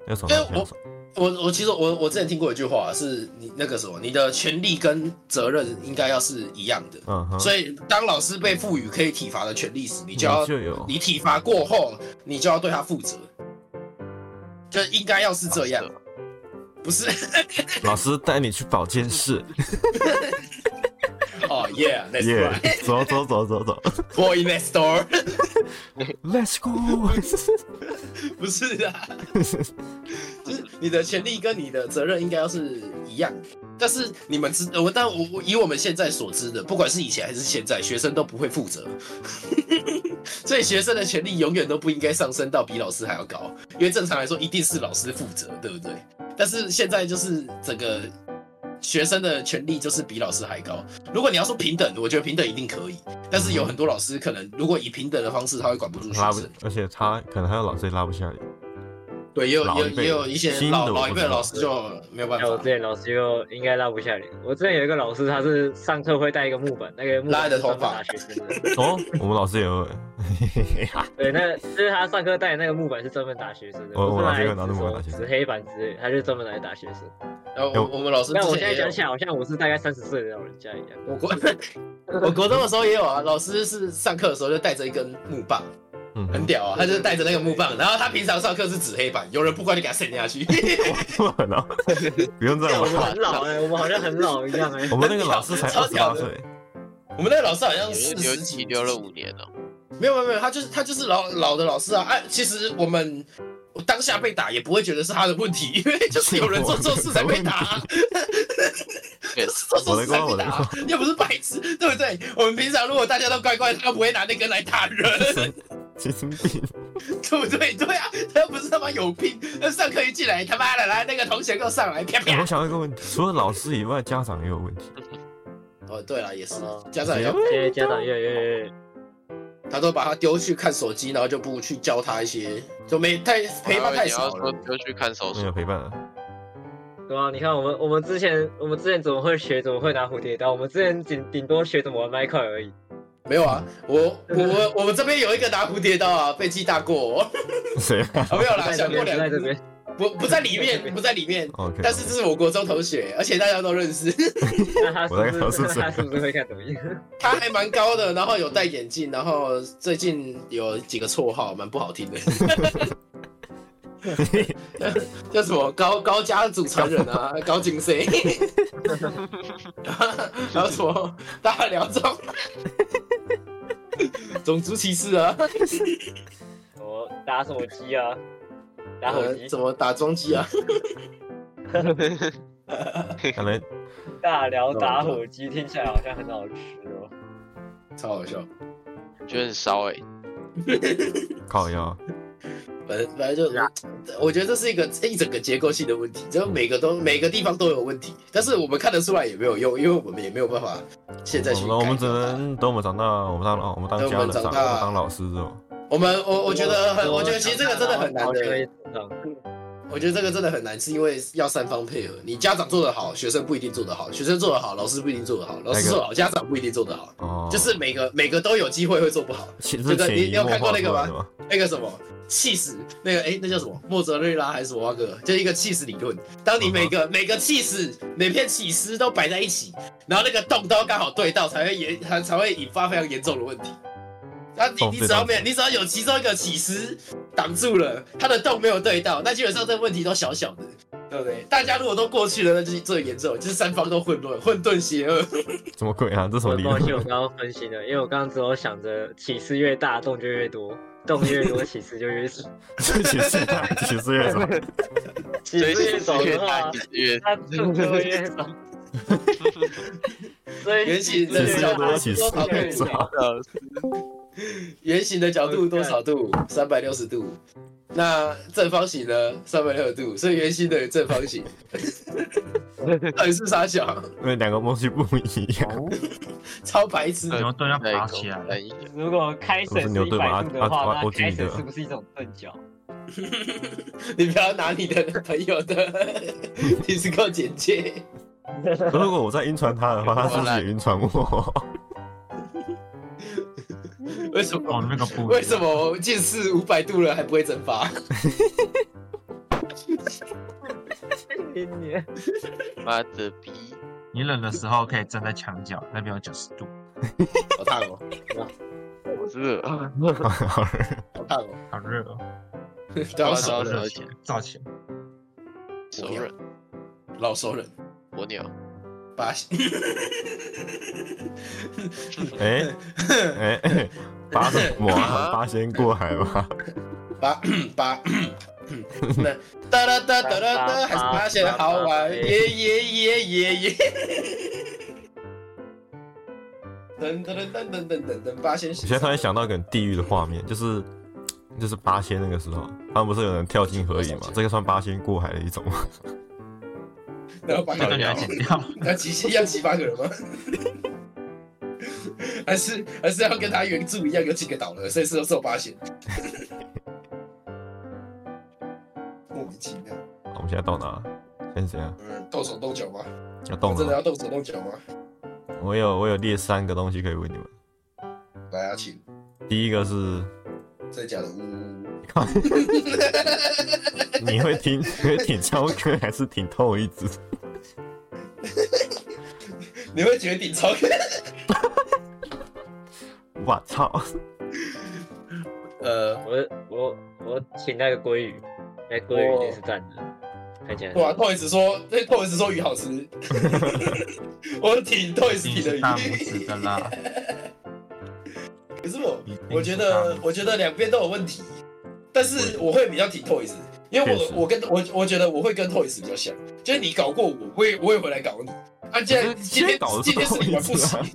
要从因那为边走。我我其实我我之前听过一句话，是你那个什么，你的权利跟责任应该要是一样的。嗯哼，所以，当老师被赋予可以体罚的权利时，你就要你嗯就有你体罚过后，你就要对他负责，就应该要是这样，啊不是？ [LAUGHS] 老师带你去保健室，哦，Yeah，Let's 耶 right，boy， [LAUGHS] 走走走走走 next door， ，Let's go。不是啊，就是你的权利跟你的责任应该要是一样的。但是你们知，我但我我以我们现在所知的，不管是以前还是现在，学生都不会负责， [LAUGHS] 所以学生的权利永远都不应该上升到比老师还要高，因为正常来说一定是老师负责，对不对？但是现在就是整个学生的权利就是比老师还高。如果你要说平等，我觉得平等一定可以，但是有很多老师可能如果以平等的方式，他会管不住 [LAUGHS] 学拉不生。，而且他可能还有老师也拉不下脸。对，也有老也有一辈也有一些新的老我老一不知辈的道老师就没有办像我法之。前老师就应该拉不下脸。我之前有一个老师，他是上课会带一个木板，那个木板拉你的头发是专门拿学 [LAUGHS] 生的。哦，我们老师也会，对，那就是他上课带的那个木板是专门打学生的，我不我是老师来也会拿那木板打学生指黑板之类的，他就是专门来打学生。然后有我我们老师之但我现前在也有想起来，好像我是大概三十岁的老人家一样。我国我国中的时候也有啊，老师是上课的时候就带着一根木棒，嗯，很屌啊，他就是带着那个木棒，然后他平常上课是纸黑板，有人不乖就给他扇下去。 [LAUGHS] [LAUGHS] 不可能，不用这样我们吧？很老哎、我们好像很老一样哎、我们那个老师才超二十屌八的岁，我们那个老师好像你四留十级几，留了五年哦、没有没有没有，他就是他就是老老的老师啊。哎、其实我们我当下被打也不会觉得是他的问题，因为就是有人做错事才被打、啊，就是做确错事才被打、啊，又不是白痴，对不对？我们平常如果大家都乖乖，他不会拿那根来打人。 [LAUGHS] 神神经病，对不对？对啊，他又不是他妈有病，那上课一进来，他妈的来那个同学给我上来，啪哎啪我。想到一个问题，除了老师以外，家长也有问题。哦，对了，也是哦家长也要，现在家长越来越他都把他丢去看手机，然后就不去教他一些，就没太陪伴太少我还以为了你。要说就去看手没有术，陪伴啊， [LAUGHS] 对啊，你看我们我们之前我们之前怎么会学怎么会拿蝴蝶刀？我们之前顶顶多学怎么玩麦块而 [LAUGHS] 已。没有啊，我我我我们这边有一个拿蝴蝶刀啊，被记大过、哦， [LAUGHS] 谁啊啊没有啦，在这小过边，两在这个，边，不不在里面，不在里面。 ？OK， [LAUGHS] 但是这是我国中同学，而且大家都认识， [LAUGHS] 那他我在是不看是是谁那他是不是会看抖音？他还蛮高的，然后有戴眼镜，然后最近有几个绰号蛮不好 [LAUGHS] 听的。叫什么高高家组成人啊，高景 [LAUGHS] C，还有什么大辽中， [LAUGHS] 种族歧视啊，什么打什么鸡啊？打火呃机？怎么打中机啊？ [LAUGHS] 可能大辽打火机听起来好像很好吃哦。超好笑，觉得很骚哎、靠腰，啊反正反正就，我觉得这是一个一整个结构性的问题，就每个都每个地方都有问题，但是我们看得出来也没有用，因为我们也没有办法现在去我改们掉它。我们只能等我们长大，我们当老我们当等我家们人，长长大我们当老师之后，我们我我觉得很，我觉得其实这个真的很难好的、像也知道我觉得这个真的很难，是因为要三方配合。你家长做得好，学生不一定做得好；学生做得好，老师不一定做得好；老师做得好，家长不一定做得好。哦，就是每个每个都有机会会做不好。其这实个潜你你移有默看过化那个出来吗的吗？那个什么气死，那个哎、那叫什么莫泽瑞拉还是什么啊哥，就一个气死理论。当你每嗯个、每个气死每片起司都摆在一起，然后那个洞都刚好对到，才会严才才会引发非常严重的问题。那你哦你对只要到没有，你只要有其中一个起司挡住了，它的洞没有对到，那基本上这个问题都小小的，对不对？大家如果都过去了，那就是最严重，就是三方都混乱、混沌邪恶。什么鬼啊？这什么我理抱歉，我论？刚刚分心了，因为我刚刚只有想着起司越大洞就越多，洞越多起司就 [LAUGHS] 越少， [LAUGHS] 这解释啊，解释越少，起司越少越的大话，越它洞就会越 [LAUGHS] 少。所以原始解人释越的角多，度解释多少越度？少。圆形的角度多少度？三百六十度。那正方形呢？三百六十度，所以圆形等于正方 [LAUGHS] 形。到底是啥小？因为两个东西不一样。超白痴！对牛顿要再拔狗起来，再一个如果开我水是是牛一顿吧百度的啊啊话，那我举开你的水是不是一种钝角？你不要拿你的朋友的 [LAUGHS] Discord 简介。如果我在晕船他的话，他是不是也晕船我？为什么哦，？那个不一样为什么近视五百度了还不会蒸发？今年妈的逼！你冷的时候可以站在墙角，那边有九十度。好烫哦，我热，好好烫哦！好热哦， [LAUGHS] 对啊，我熟烧热人，起来，造起来。熟人，老熟人，我鸟，巴西。哎哎哎，八什么啊？八仙过海吧？八八，那哒哒哒哒哒哒，还是发现好玩，耶耶耶耶耶。噔噔噔噔噔噔噔，八仙我现行。在突然想到一个很地狱的画面，就是就是八仙那个时候，他们不是有人跳进河里吗？这个算八仙过海的一种吗？ [LAUGHS] 然后八这个个人你要剪掉。要集齐要七八个人吗？还是还是要跟他原著一样有几个岛了，所以是受八仙。莫名其妙，我们现在到哪了？现在怎样？嗯，动手动脚吗？要动真的了要动手动脚吗？吗。我有我有列三个东西可以问你们。来啊，请，第一个是真的假的？呜，你会挺你会挺超哥还是挺透一子？你会觉得顶超我操！呃，我我我请那个鲑鱼，那鲑鱼一定是赞的，看起来哇，透一直说，那透一直说鱼好吃，我挺透一直你挺的是大拇鱼指，的啦，可是我一定我是觉大拇得指我觉得两边都有问题，但是我会比较挺 Toys，因为确实我我跟我我觉得我会跟 Toys 比较像，就是你搞过我，我也我也回来搞你。啊，既然可是今天先搞的是今天是你玩不 Toys 行啊，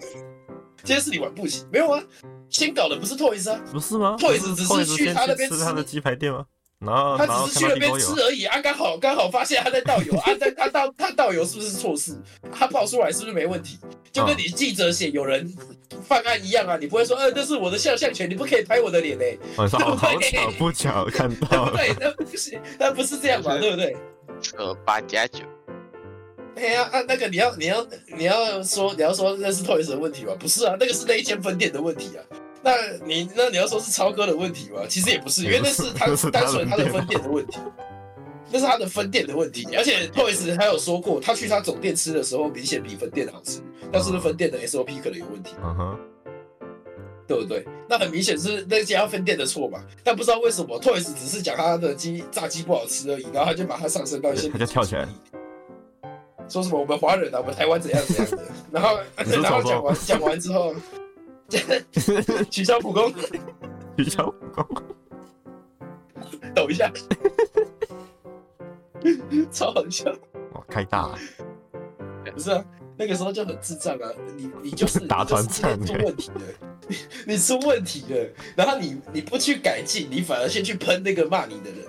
今天是你玩不行，没有啊，先搞的不是 Toys 啊，不是吗？透一不子只是透一子去先他那边吃他的吃鸡排店吗？然后哦然他后只是看到地去那边沟油吃，而已啊，刚好刚好发现他在倒油啊，但他倒他倒油是不是错事？他跑出来是不是没问题？就哦跟你记者写有人犯案一样啊，你不会说，呃，这是我的肖像权，你不可以拍我的脸嘞、晚上对哦好不 [LAUGHS] 对巧不巧看对到不了， [LAUGHS] 对？那不是那不是这 [LAUGHS] 样嘛，对不对？呃，八加九，哎呀，啊，那个你要你要你要说你要说那是 Toys 的问题吗？不是啊，那个是那一间分店的问题啊。那你那你要说是超哥的问题吗？其实也不是，因为那是他 [LAUGHS] 也不是单纯那是他的他的分店的问题，那是他的分店的问题。而且 Toys 还有说过，他去他总店吃的时候，明显比分店好吃，但是分店的 SOP 可能有问题，嗯哼，对不对？那很明显是那家分店的错嘛。但不知道为什么 Toys 只是讲他的鸡炸鸡不好吃而已，然后他就把它上升到一些，他就跳起来。说什么我们华人啊，我们台湾怎样怎 [LAUGHS] 样的，然后你是然后曹操讲完讲完之后， [LAUGHS] 取消普攻，取消武功，抖一下， [LAUGHS] 超好笑，哇，开大啊了，不是啊，那个时候就很智障啊，你你就是打团战你就是出问题了，你 [LAUGHS] 你出问题了，然后你你不去改进，你反而先去喷那个骂你的人。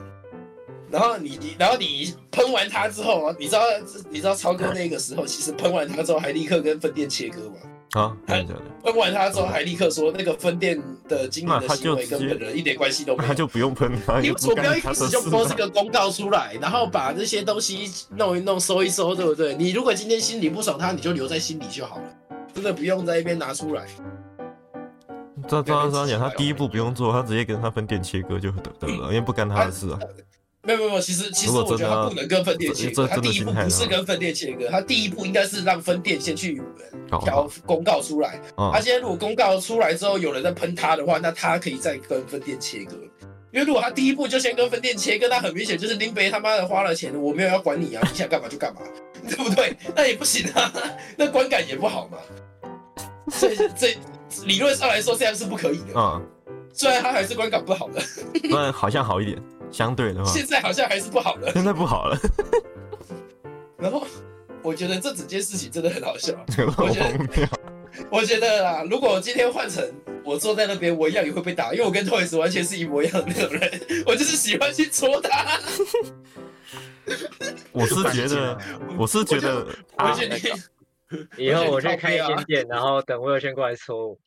然后你你，然后你喷完他之后啊，你知道你知道超哥那个时候，其实喷完他之后还立刻跟分店切割嘛，啊，真的假的？问完他之后，还立刻说那个分店的经营那的他行就为直跟接本人一点关系都没有。他就不用喷他，你也为什么不要干一他开的始就事播啊这个公告出来，然后把这些东西弄一弄、收一收，对不对？你如果今天心里不爽他，你就留在心里就好了，真的不用在一边拿出来。这这这讲，他对嗯第一步不用做，他直接跟他分店切割就得了，因为不干他的事啊。没有没有没有，其实其实如我果觉真得的他不能跟分店切割，这他这真的第一步心态不是上跟分店切割，他第一步应该是让分店先去搞调公告出来。啊他，今天如果公告出来之后有人在喷他的话，那他可以再跟分店切割。因为如果他第一步就先跟分店切割，那很明显就是林北他妈的花了钱，我没有要管你啊，你想干嘛就干嘛， [LAUGHS] 对不对？那也不行啊， [LAUGHS] 那观感也不好嘛。 [LAUGHS] 所以这理论上来说这样是不可以的，啊，虽然他还是观感不好的，那好像好一点，相对的话，现在好像还是不好的。现在不好了，然后我觉得这整件事情真的很好笑，这个我疯掉。我觉得啊，如果今天换成我坐在那边，我一样也会被打，因为我跟 Toys 完全是一模一样的那种人，我就是喜欢去戳他。我是觉得，我是觉得我啊，觉得，以后我我觉得去你靠背开一啊间店，然后等魏尔轩过来搓我。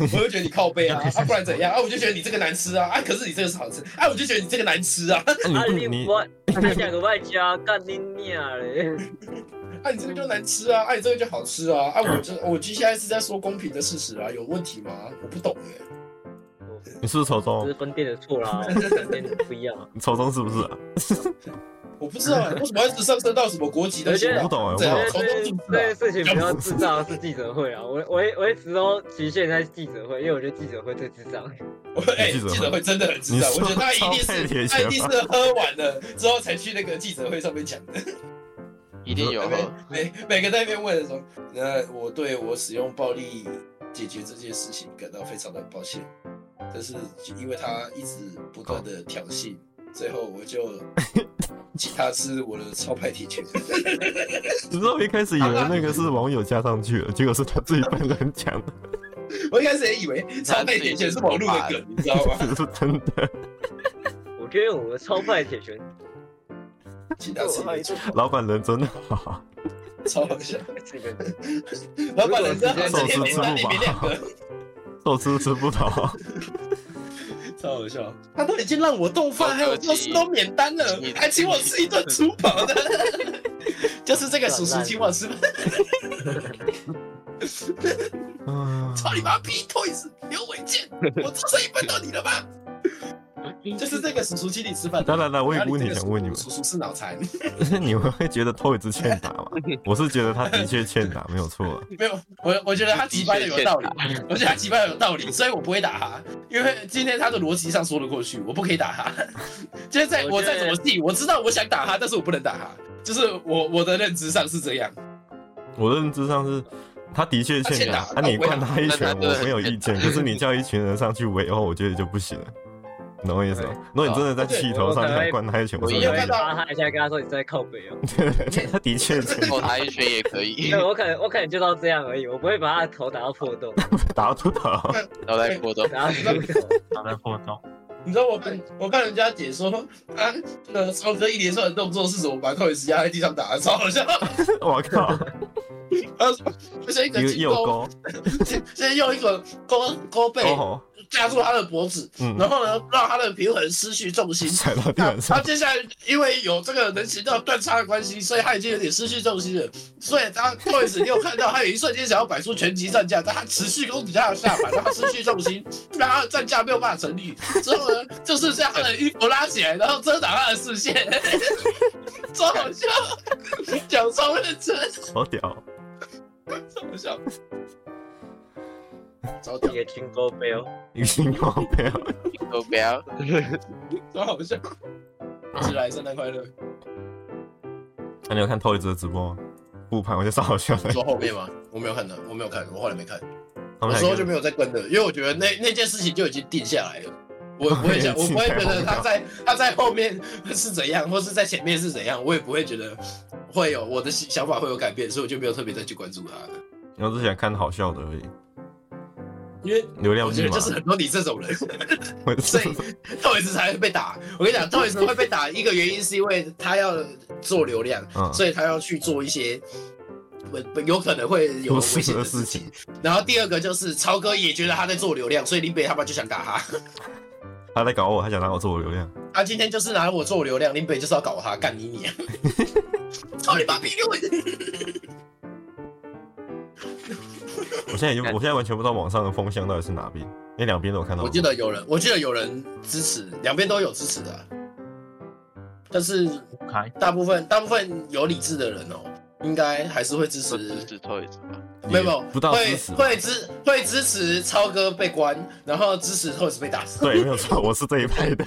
我就觉得你靠背啊，啊不然怎样啊？我就觉得你这个难吃啊，啊，可是你这个是好吃，啊，我就觉得你这个难吃啊，哎你啊不你你我你两个外加干你娘嘞！ [LAUGHS] 啊，你这个就难吃啊，啊，你这个就好吃啊，啊，我就我就现在是在说公平的事实啊，有问题吗？我不懂哎、你是不是仇这是中？分店的错啦，分店不一样啊。你仇中是不是啊？我不知道、欸为什么要一直上升到什么国籍的我觉情得我不况？懂哎，我不对我啊懂觉得从中这制造件这件事情比较智障的是记者会啊，我我我一直都局限在记者会，因为我觉得记者会最智障。 [LAUGHS] 我哎、记者会记者会真的很智障，你我说觉得他一定超配是铁他拳一吗定是喝完了之后才去那个记者会上 [LAUGHS] 面讲的。一定有每喝。每每个在那边问的时候，那我对我使用暴力解决这件事情感到非常的抱歉，但是因为他一直不断的挑衅，最后我就吉他是我的超派铁拳。 [LAUGHS] 你知道我一开始以为那个是网友加上去了，结果是他自己本人讲的，我一开始也以为超派铁拳是网络的梗，你知道吗？这是真的。我觉得我们超派铁拳，吉他是一个老板人真好，超好笑。这个老板人真好，寿司今天吃连三不里面两饱个，，寿司吃不饱，超好笑。他都已经让我动饭，还有寿司都免单了，还请我吃一顿粗饱 [LAUGHS] 的，就是这个叔叔请我吃饭，嗯，操你妈逼，Toys 刘伟 [LAUGHS] 健，我只剩一份到你了吧？就是这个叔叔请你吃饭。当然了，我有然个后问题你这个想问你们，叔叔是脑残，你们会觉得 Toys 欠打吗？我是觉得他的确欠打，没有错啊。没有，我我觉得他击败的有道理，我觉得他击败的有道理，所以我不会打他，因为今天他的逻辑上说得过去，我不可以打他。 [LAUGHS] 今天再我我觉得再怎么记，我知道我想打他，但是我不能打他，就是我我的认知上是这样。我认知上是，他的确欠打他欠，打啊，你他不会灌他一拳，他真的我没有意见。可是你叫一群人上去围殴，我觉得就不行了，你懂我意思吗？如果你真的在气头上对想灌他一 [LAUGHS] 拳，我我真也的有看到打他一下，跟他说你是在靠北哦。 [LAUGHS] 他的确欠扣他一拳也可以，对，我可能我可能就到这样而已，我不会把他的头打到破洞，打不倒。脑袋波动。打到 [LAUGHS] 破洞。脑袋破洞，你知道我看我看人家解说啊，那超哥一连串的动作是什么？把扣子压在地上打的，超好笑。我靠，他说先一一个个进右攻，勾先先用一个勾勾背勾好，架住他的脖子，嗯，然后呢让他的平衡失去重心，踩到地 [LAUGHS] 那板他上，接下来因为有这个人行道断差的关系，所以他已经有点失去重心了。所以他 Toys 你有看到，他有一瞬间想要摆出全击战架，但他持续攻击他的下巴，让他失去重心，让他的战架没有办法成立。之后呢，就是将他的衣服拉起来，然后遮挡他的视线，超好笑，讲超认真，好屌！超好笑，超屌一，个金钩杯哦，已经 [LAUGHS] 够没有，都不要，超好笑。是来圣诞快乐，那你有看 Toys 的直播吗？不盘，我觉得超好笑的。说后面吗？我没有看到，我没有看，我后来没看。他我们之后两就个没有再跟了，因为我觉得那那件事情就已经定下来了。我不会想，我不会觉得他在他在后面是怎样，或是在前面是怎样，我也不会觉得会有我的想法会有改变，所以我就没有特别再去关注他了。然后只想看好笑的而已，因为流量我觉密得码就。是很多你这种人，我所以 Toys 才会被打。我跟你讲，Toys 会被打，一个原因是因为他要做流量，嗯所以他要去做一些不不有可能会有不危适险合的的事事情情。，然后第二个就是超哥也觉得他在做流量，所以林北他妈就想打他。他在搞我，他想拿我做我流量。他啊今天就是拿我做流量，林北就是要搞他，干 [LAUGHS] 你你！操你妈逼！我我现在已经，我现在完全不知道网上的风向到底是哪边，因为两边都有看到。我记得有人，我记得有人支持，两边都有支持的啊、但是 [LAUGHS] 开大部分大部分有理智的人哦，应该还是会支持说，只是偷一次吧。没有没有不到会支持吧会支会支持超哥被关，然后支持 Toys 被打死。 [LAUGHS] 对，没有错，我是这一派的。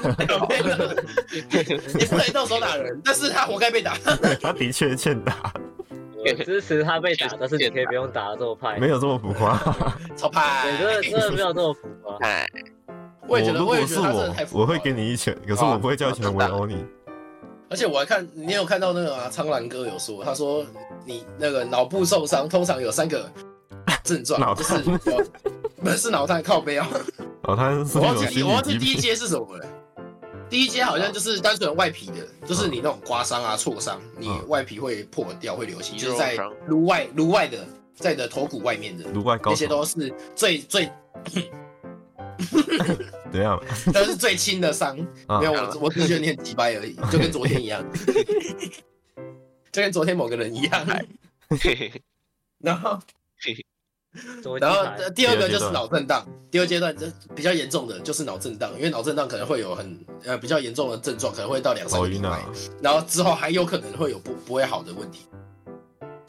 你不能动手打人，但是他活该被打。他的确欠打，我支持他被打，但是你可以不用打得这么派。没有这么浮夸。超派对，真的真的没有这么浮啊夸。哎， [LAUGHS] 我也觉得，如我果也觉是得他真的太我，浮夸我了啊会给你一拳，可是我不会叫一群人围殴你。而且我还看，你有看到那个嗯啊，苍兰哥有说，他说你那个脑部受伤，通常有三个症状，脑就瘫是有不是脑瘫，靠背啊，哦，他 [LAUGHS] 是我忘有记心我理忘记第疾一病。阶是什么了。第一阶好像就是单纯外皮的，就是你那种刮伤啊、挫伤，你嗯外皮会破掉、会流血，肌就是肉在伤颅外、颅外的，在你的头骨外面的，颅外高那些潮，都是最最，怎样？但是最轻的伤。 [LAUGHS] 啊没有，我我只是觉得你很急掰而已，就跟昨天一 [LAUGHS] 样，就跟昨天某个人一样。嘿嘿然后怎么然后精彩呃第二个就是第二阶段脑震荡，第二阶段这比较严重的就是脑震荡，因为脑震荡可能会有很呃比较严重的症状，可能会到两三好个礼晕拜，啊！然后之后还有可能会有不不会好的问题。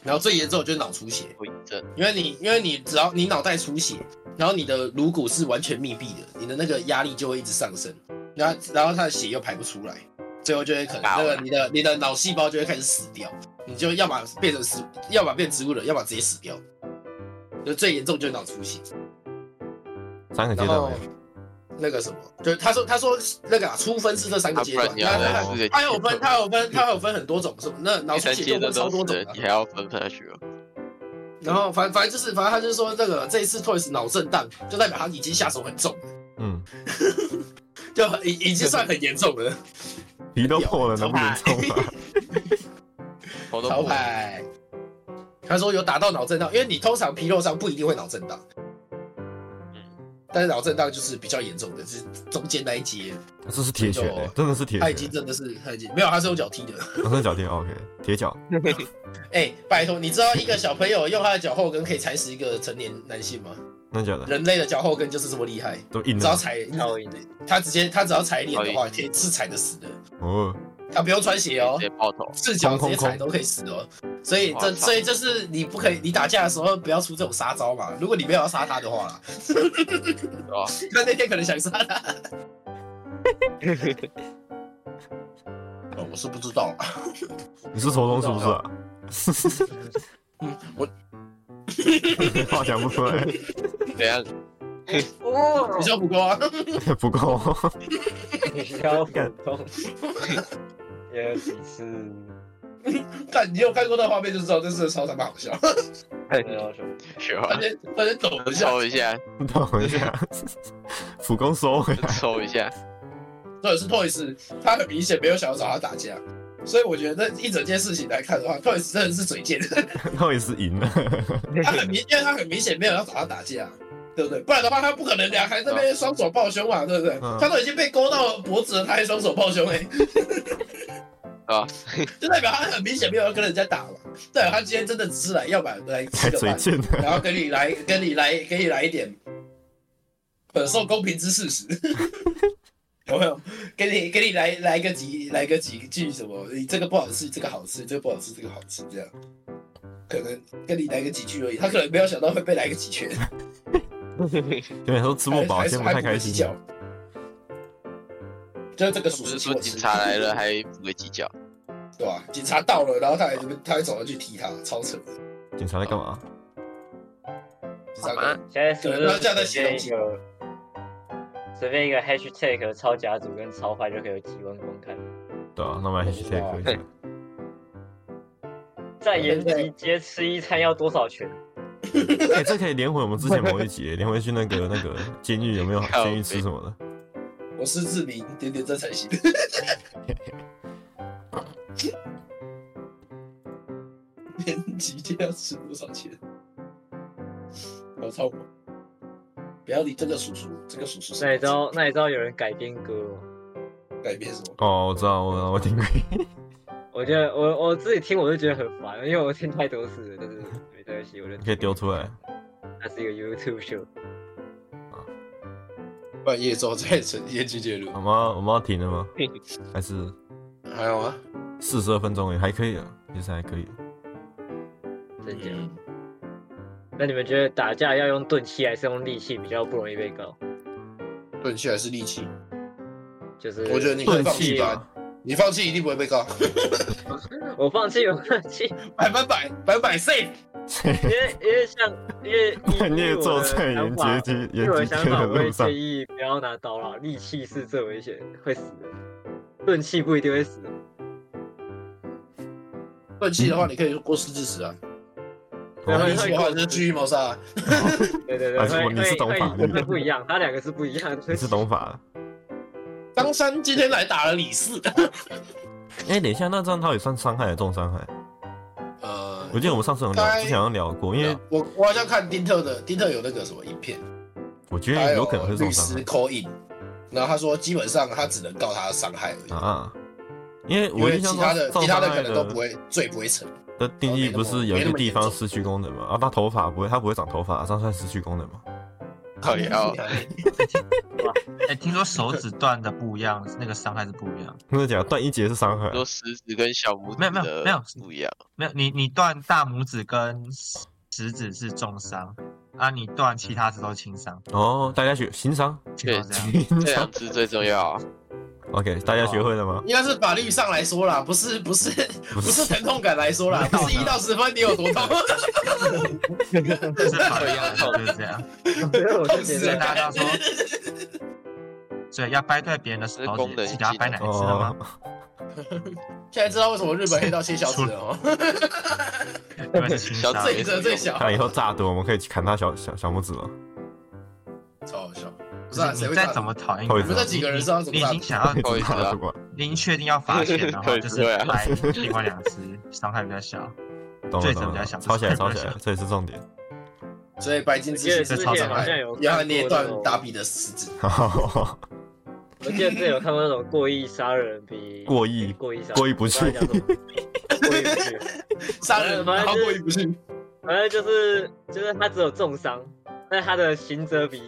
然后最严重的就是脑出血，后遗症，因为你因为你只要你脑袋出血，然后你的颅骨是完全密闭的，你的那个压力就会一直上升，然后然后他的血又排不出来，最后就会可能那爆个了你的你的脑细胞就会开始死掉，你就要么变成死，要么变植物人，要么直接死掉。就最严重就是脑出血。三个阶然段后没有，那个什么，就是他说他说那个啊，初分是这三个啊，阶不段然，你那要来他在那世界他有分，他有分，他有分很多种，是吧？那脑第出三血阶就的分超都多种是的，啊你还要分下去哦。然后反反正就是反正他就是说这个这一次 Toys 脑震荡，就代表他已经下手很重，嗯，就已已经算很严重了。皮都破了，能不啊严重吗？我都超不会牌，他说有打到脑震荡，因为你通常皮肉伤不一定会脑震荡，但是脑震荡就是比较严重的，是中间那一阶， [LAUGHS] 这是铁拳欸就真的是铁他已经拳，哦真的是他已经没有，他是用脚踢的。 [LAUGHS] 我是脚垫 OK，铁脚，哎、拜托，你知道一个小朋友用他的脚后跟可以踩死一个成年男性吗？那假的人类的脚后跟就是这么厉害，都硬只要的哦踩超硬的，他直接他只要踩脸的话，可以是踩得死的，哦，他不用穿鞋哦直。接爆头。赤脚直接踩都可以死哦。所以这哇操所以就是你不可以，你打架的时候不要出这种杀招嘛。如果你没有要杀他的话啦，吧 [LAUGHS] 他那天可能想杀他。哦我是不知道啦，你是仇中是不是啊？嗯，我 [LAUGHS] 话讲不出来，怎样？哦比，较不够啊。 [LAUGHS] 不够，哦 [LAUGHS] [LAUGHS] 小感动， [LAUGHS] 也几次，但你有看过那画面就知道，这是超他妈好笑。学他完先他先抖一下，抽一下，等一下，辅攻收回来，抽一下，或者是 Toys，他很明显没有想要找他打架。所以我觉得这一整件事情来看的话，Toys 真的是嘴贱。那也是赢了， [LAUGHS] 他很明，因为他很明显没有要找他打架，对不对？不然的话，他不可能俩还在那边双手抱胸嘛，对不对？嗯他都已经被勾到脖子了，他还双手抱胸、欸，啊， [LAUGHS] 就代表他很明显没有要跟人家打嘛。对，他今天真的只是来要买来才吃个嘴饭，贱的，然后跟你来，跟你来，跟你来一点本受公平之事实， [LAUGHS] 有没有？给你给你来来个几来个几句什么？你这个不好吃，这个好吃，这个不好吃，这个好吃，这样。可能跟你来个几句而已，他可能没有想到会被来个几拳，对，说吃不饱，还先不太开心。。啊还还不会计较就是这个不属实是请说我吃警察来了还补个 [LAUGHS] 几脚？对吧、警察到了，然后他还他还走上去踢他，超扯。警察在干嘛？警察干现在是不对那这样的是随便一形个随便一个 hashtag 超甲组跟超坏就可以有几万观看？对啊，那我们来 hashtag 一下。在延吉街吃一餐要多少钱？哎、这可以连回我们之前某一集耶，连回去那个那个监狱有没有靠监狱吃什么的？我是志明，点点这才行。年级这要吃多少钱？我操！不要理这个叔叔，这个叔叔是那你知道那你知道有人改编歌哦吗？改变什么？哦，我知道，我我听过。 [LAUGHS] 我觉得我我自己听我就觉得很烦，因为我听太多次了，但是没关系，我就你可以丢出来。它是一个 YouTube show，半夜之后再整夜去介入我，们要我们要停了吗？还是还有吗？四十二分钟也还可以啊，其实还可以。真假？嗯那你们觉得打架要用钝器还是用力气比较不容易被告？钝器还是利器？就是我觉得你可以钝放器弃吧吧，，你放弃一定不会被告，我放弃我放弃， [LAUGHS] 百分百百分百 safe。因为因为像因 [LAUGHS] 为半夜坐在沿沿街街因为我的沿街想街法，的我会路上哦建，议不要拿刀啦，利器是最危险，会死的。钝器不一定会死，钝器的话，你可以过失致死啊；对利会器会的话就是蓄意谋杀啊。对对还对，啊是会我你是懂法律会的会不一样，它两个是不一样的。你是懂法的。张三今天来打了李四，哎、等一下，那这样到底算伤害还是重伤害？呃我记得我们上次有聊，该之前好像聊过，因为我我好像看丁特的，丁特有那个什么影片，我觉他得有可能会律重师伤 call in，然后他说基本上他只能告他伤害而已，害啊。因为因我为印象其中他的重其他伤的害可能的都不会罪不会成。的定义不是有一个地方失去功能吗？啊，他头发不会，他不会长头发，这啊样算失去功能吗？靠腰，哎，听说手指断的不一样，那个伤害是不一样。真的假的？断一节是伤害啊你，说食指跟小拇指没有没有没有的不一样，没有，你你断大拇指跟食指是重伤，啊，你断其他指都轻伤，哦，大家学情商，听到这样。情这商两只最重要啊。 ，OK，大家学会了吗？ [LAUGHS] 应该是法律上来说啦，不是不是不不是疼痛感来说啦，不是一到十分你有 [LAUGHS] 多痛，就是法律来说就是这样。[LAUGHS] [LAUGHS] 所以我就痛死觉啊了所以得，大家都说，所以要掰断别人的手这是功指，能其他性掰的哪一只了哦吗？，现在知道为什么日本黑道切小指 [LAUGHS] 了哦，因为是轻小伤指，最折最小，看以后炸毒，我们可以去砍他小小小拇指了。超好笑。不知就道是谁你会再炸怎么讨厌，我你们这几个人知道怎么你已办经想要不好意思啊炸毒啊已经确定要罚钱的话，对就是对啊掰另外两只，伤害比较小。懂了最怎懂么了，比较小抄起来最怎抄么起比来较小，这也是重点。所以白金之心这是超伤害然后捏断达比的食指， [LAUGHS] 我记得之前有看过那种过意杀人比哎过意过意杀人过意不去我刚才讲什么过意不去，杀人然后过意不去，反正就是就是他只有重伤，但是他的刑责比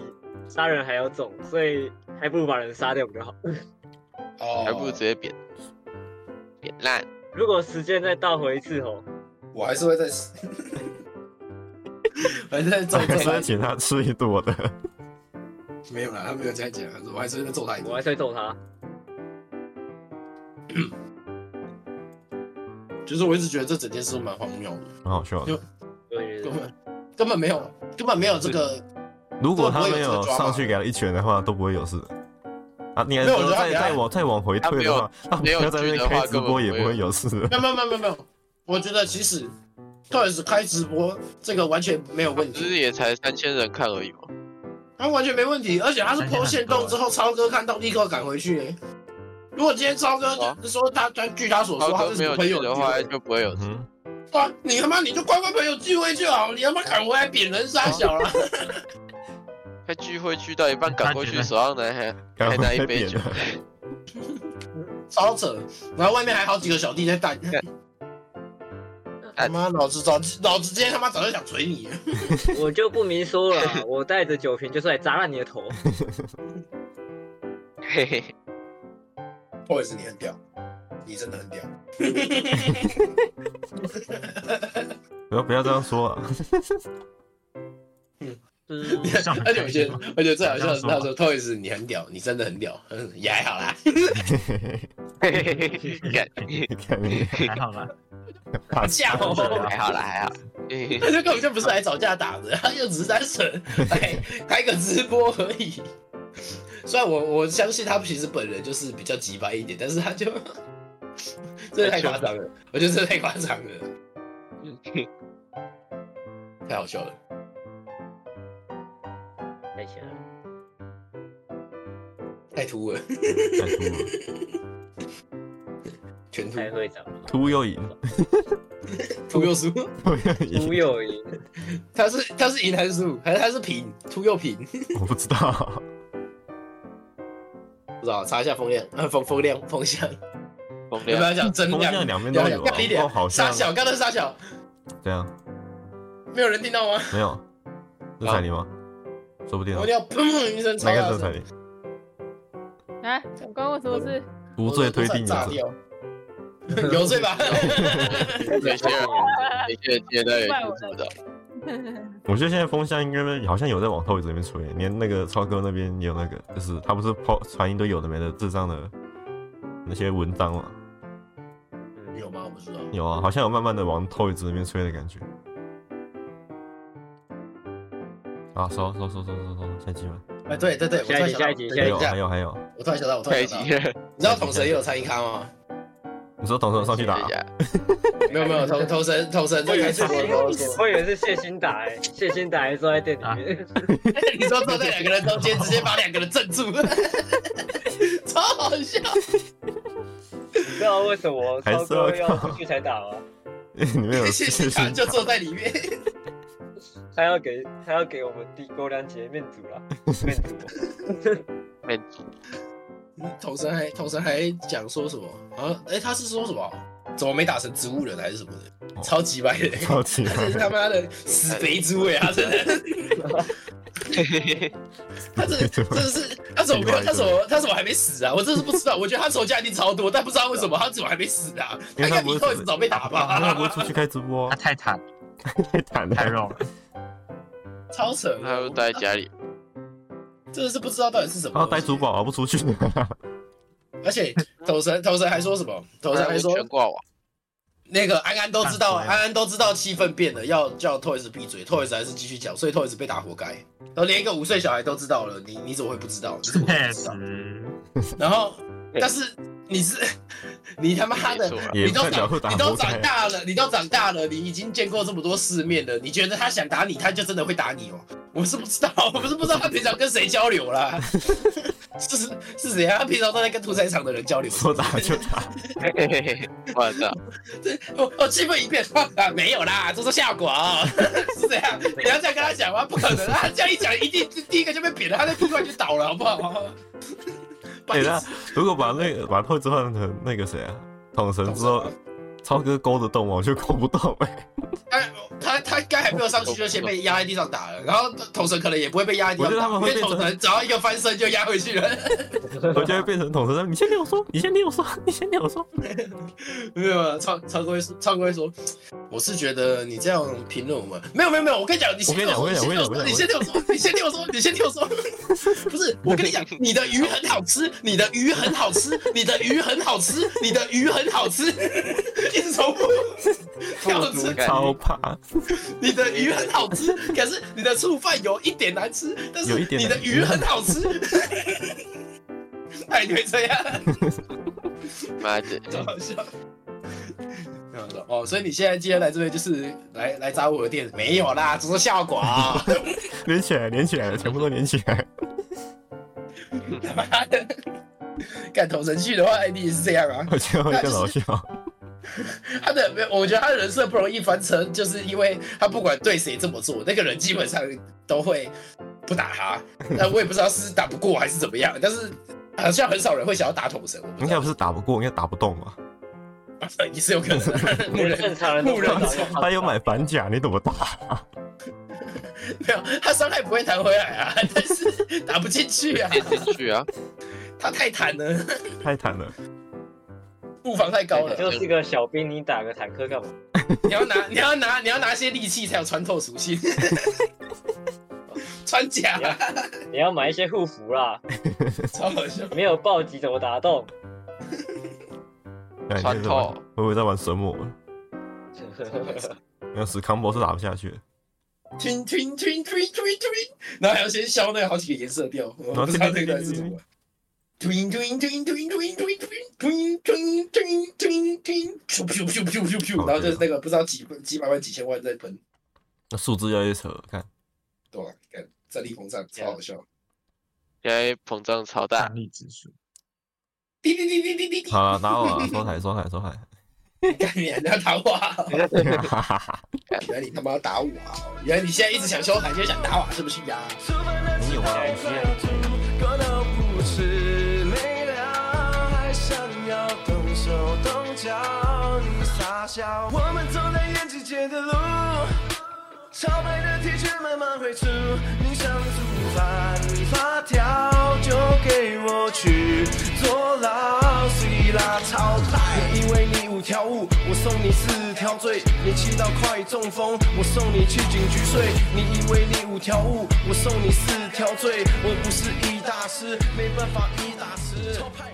杀人还要重，所以还不如把人杀掉比较好。哦，还不如直接扁扁烂。如果时间再倒回一次吼，我还是 [LAUGHS] 会再死，反正再揍还揍是他会一拳。请他吃一顿我的。没有啦，他没有这样讲，他说我还是会再揍他一我拳。还是会揍他。就是我一直觉得这整件事都蛮荒谬的，很好笑的。对根本根本没有根本没有这个，如果他没有上去给他一拳的话，都不会有事的。啊，你还没有我说觉得他再给他再往再往回退的话，他没有不要在那边开直播也不会有事的。没有没有没有没有没有，我觉得其实特别是开直播这个完全没有问不题，是也才三千人看而已嘛，他完全没问题，而且他是抛线动之后，超哥看到立刻赶回去、欸。如果今天超哥啊说他，他据他所涛说，他哥是什没么有朋去友的聚话会就不会有事。嗯，哇，你他妈你就乖乖朋友聚会就好，你他妈赶回来扁人杀小啊了。他聚会去到一半赶过去，手上拿还刚还刚拿被一杯扁酒了，，超扯。然后外面还好几个小弟在带。他妈，老子早老子今天他妈早就想锤你了。对， [LAUGHS] 我就不明说了啊，我带着酒瓶就是来砸烂你 [LAUGHS] 的头。 [LAUGHS] 嘿嘿，嘿或者是你很屌，你真的很屌。不要不要这样 [LAUGHS] [LAUGHS] 说啊！就是 [LAUGHS] 而且我觉得，而且最好笑的是他说 Toys 你很屌，你真的很屌，嗯，也还好啦。嘿嘿嘿嘿干你看你还好啦，打 [LAUGHS] 吓我！ [LAUGHS] 还好啦， [LAUGHS] 还好。嘿嘿嘿他就根本就不是来找架打的，他就只是单纯来开个直播而已。虽然我我相信他其实本人就是比较急白一点，但是他就真的太夸张了，我觉得真的太夸张了，太好笑了。太闲了。太突了，太秃了，全突开会长，秃又赢，突又输，秃又吴赢，有赢， [LAUGHS] 他是他是赢还是输？还是他是平？突又平？ [LAUGHS] 我不知道。不知道，查一下风量，呃风风量风向，风有没凉，有讲增啊风量？向两边都有啊干一点哦好像傻小，刚才傻小，这样没有人听到吗？没有？这彩铃吗？说不定我啊一定要砰一声超哪大个是声彩，铃？啊，关我什么事？无罪推定有炸罪，掉， [LAUGHS] 有罪吧？有些人有些人接到也接触不到。我觉得现在风向应该好像有在往透子那边吹，连那个超哥那边也有那个，就是他不是抛传一堆有的没的智障的那些文章嘛， [LAUGHS] 有吗？我不知道。有啊，好像有慢慢的往透子那边吹的感觉。啊，收收收收收收，下机吧。哎，对对对，我突然想到，下一集下还一有集还有还有，我突然想到，我突太然想急到，了，你知道统神也有参与咖吗？你说董事长上去打 [LAUGHS] 等一下没有没有，统统神统神这个是 [LAUGHS] 我我以为是谢欣达、欸，谢欣达还坐在店里面， [LAUGHS] 啊你说坐在两个人中间，直接把两个人镇住， [LAUGHS] 超好笑。你知道为什么还超是要哥要出去才打吗？你们有 [LAUGHS] 谢谢他就坐在里面，他要给他要给我们地沟粮姐面子 [LAUGHS] 啦，面子。哎统神还统神还讲说什么啊？哎，他是说什么？怎么没打成植物人还是什么的？超级白的，哦超级他 [LAUGHS] 真是他妈的死肥猪哎！他真的，嘿嘿嘿嘿他 [LAUGHS] 真的真的是，他怎么没有？他怎么他怎么还没死啊？我真的是不知道，我觉得他仇家一定超多，但不知道为什么他怎么还没死啊？因为他应他该不比会特早被打他不会吧？出去开直播他，啊太坦太惨太了。肉 [LAUGHS] 了，[LAUGHS] 超扯他的，又待在家里，真的是不知道到底是什么他要东西。带珠宝，不出去。 [LAUGHS] 而且头神头神还说什么？头神还说全挂网， [LAUGHS] 那个安安都知道，哎看谁啊安安都知道气氛变了，要叫 Toys 闭嘴，Toys 还是继续讲，所以 Toys 被打活该。然后连一个五岁小孩都知道了，你你怎么会不知道？你怎么会确不知道？实，然后，但是你是 [LAUGHS] 你他妈哎没的错，啊，你也都代表会打啊长你都活长该。大了，你都长大了，你已经见过这么多世面了，你觉得他想打你，他就真的会打你哦？我们是不知 [LAUGHS] 道，我们是不知道他平常跟谁交流啦， [LAUGHS] 是是是谁啊？他平常都在跟屠宰场的人交流，说打就打，嘿嘿嘿，我操，我我气氛一变，啊，没有啦，这是效果、 [LAUGHS] 哦，是这样。你要这样跟他讲吗？不可能啊！这样一讲，一定第一个就被扁了，他在宾馆就倒了，好不好？哎、那如果把那个把透支换成那个谁啊，统神之后，超哥勾得动吗？我就勾不动哎、他他他刚还没有上去，就先被 [LAUGHS] 压在地上打了，然后统神可能也不会被压在地上我觉得他打，们会因为统变神只要一个翻身就压回去了。 [LAUGHS] 我就会变成统神。你先听我说，你先听我说，你先听我说。没有啊，超超哥会说，超哥会说，我是觉得你这样评论我们，没有没有没有，我跟你讲，你先我跟你讲我跟你讲我跟你你先听我说，你先听我说， [LAUGHS] 你先听我说，你先听我说，不是，我跟你讲，你的鱼很好吃，你的鱼很好吃，你的鱼很好吃，你的鱼很好吃， [LAUGHS] 一直重复，跳足吃，感超怕，你的鱼很好吃，可是你的醋饭有一点难吃，但是有一点你的难吃鱼很好吃， [LAUGHS] 哎，你会这样。 [LAUGHS] 妈的，超好笑。哦，所以你现在今天来这边就是来来砸我的店？没有啦，只是效果啊！ [LAUGHS] [LAUGHS] 连起来，连起来了，全部都连起来。他妈的，干头神去的话，一定是这样啊。我觉得会更好笑。他的没有，我觉得他的人设不容易翻车，就是因为他不管对谁这么做，那个人基本上都会不 [LAUGHS] 打他。那我也不知道是打不过还是怎么样，但是好像很少人会想要打头神，我不 [LAUGHS] 应知该道不，是打不过，应该打不动啊吧？ [LAUGHS] 也是有可能的。路人正常人都路不人能打冲到他有 [LAUGHS] 买反甲，你怎么打？没有，他伤害不会弹回来啊， [LAUGHS] 但是打不进去 [LAUGHS] 啊，变进去啊，他太坦了。太惨了。布防太高你了，就是个小兵，你打个坦克干嘛？你要拿你要拿你要拿些利器才有穿透属性， [LAUGHS] 穿甲啊你 [LAUGHS] 要你要买一些护符啦，超好笑。没有暴击怎么 [LAUGHS] 打动？哎穿透，我以为在玩神魔，没有死 combo 是打不下去的。 twin twin twin twin twin twin，然后还要先消那好几个颜色调，我不知道那段是什么。twin twin twin twin twin twin twin twin twin twin twin，咻咻咻咻咻咻，然后就是那个不知道几几百万几千万在喷，那数字越来越扯，看对吧？看战力膨胀，超好笑。现在膨胀超大，战力指数。滴滴滴滴滴滴滴，好了，打我了，收台，收台，收台。干你娘打我啊！ [LAUGHS] 哈哈哈，原来你他妈要打我啊！原来你现在一直想修台，就想打我，啊是不是呀、你有吗？割都不吃没了，还想要动手动脚，你傻笑。我们走在延吉街的路，潮白的 T 恤慢慢挥出，你想出发，你发条就给我去坐牢。虽啦超派，你以为你五条悟，我送你四条罪，你气到快中风，我送你去警局睡。你以为你五条悟，我送你四条罪，我不是一大师，没办法一打十。超派。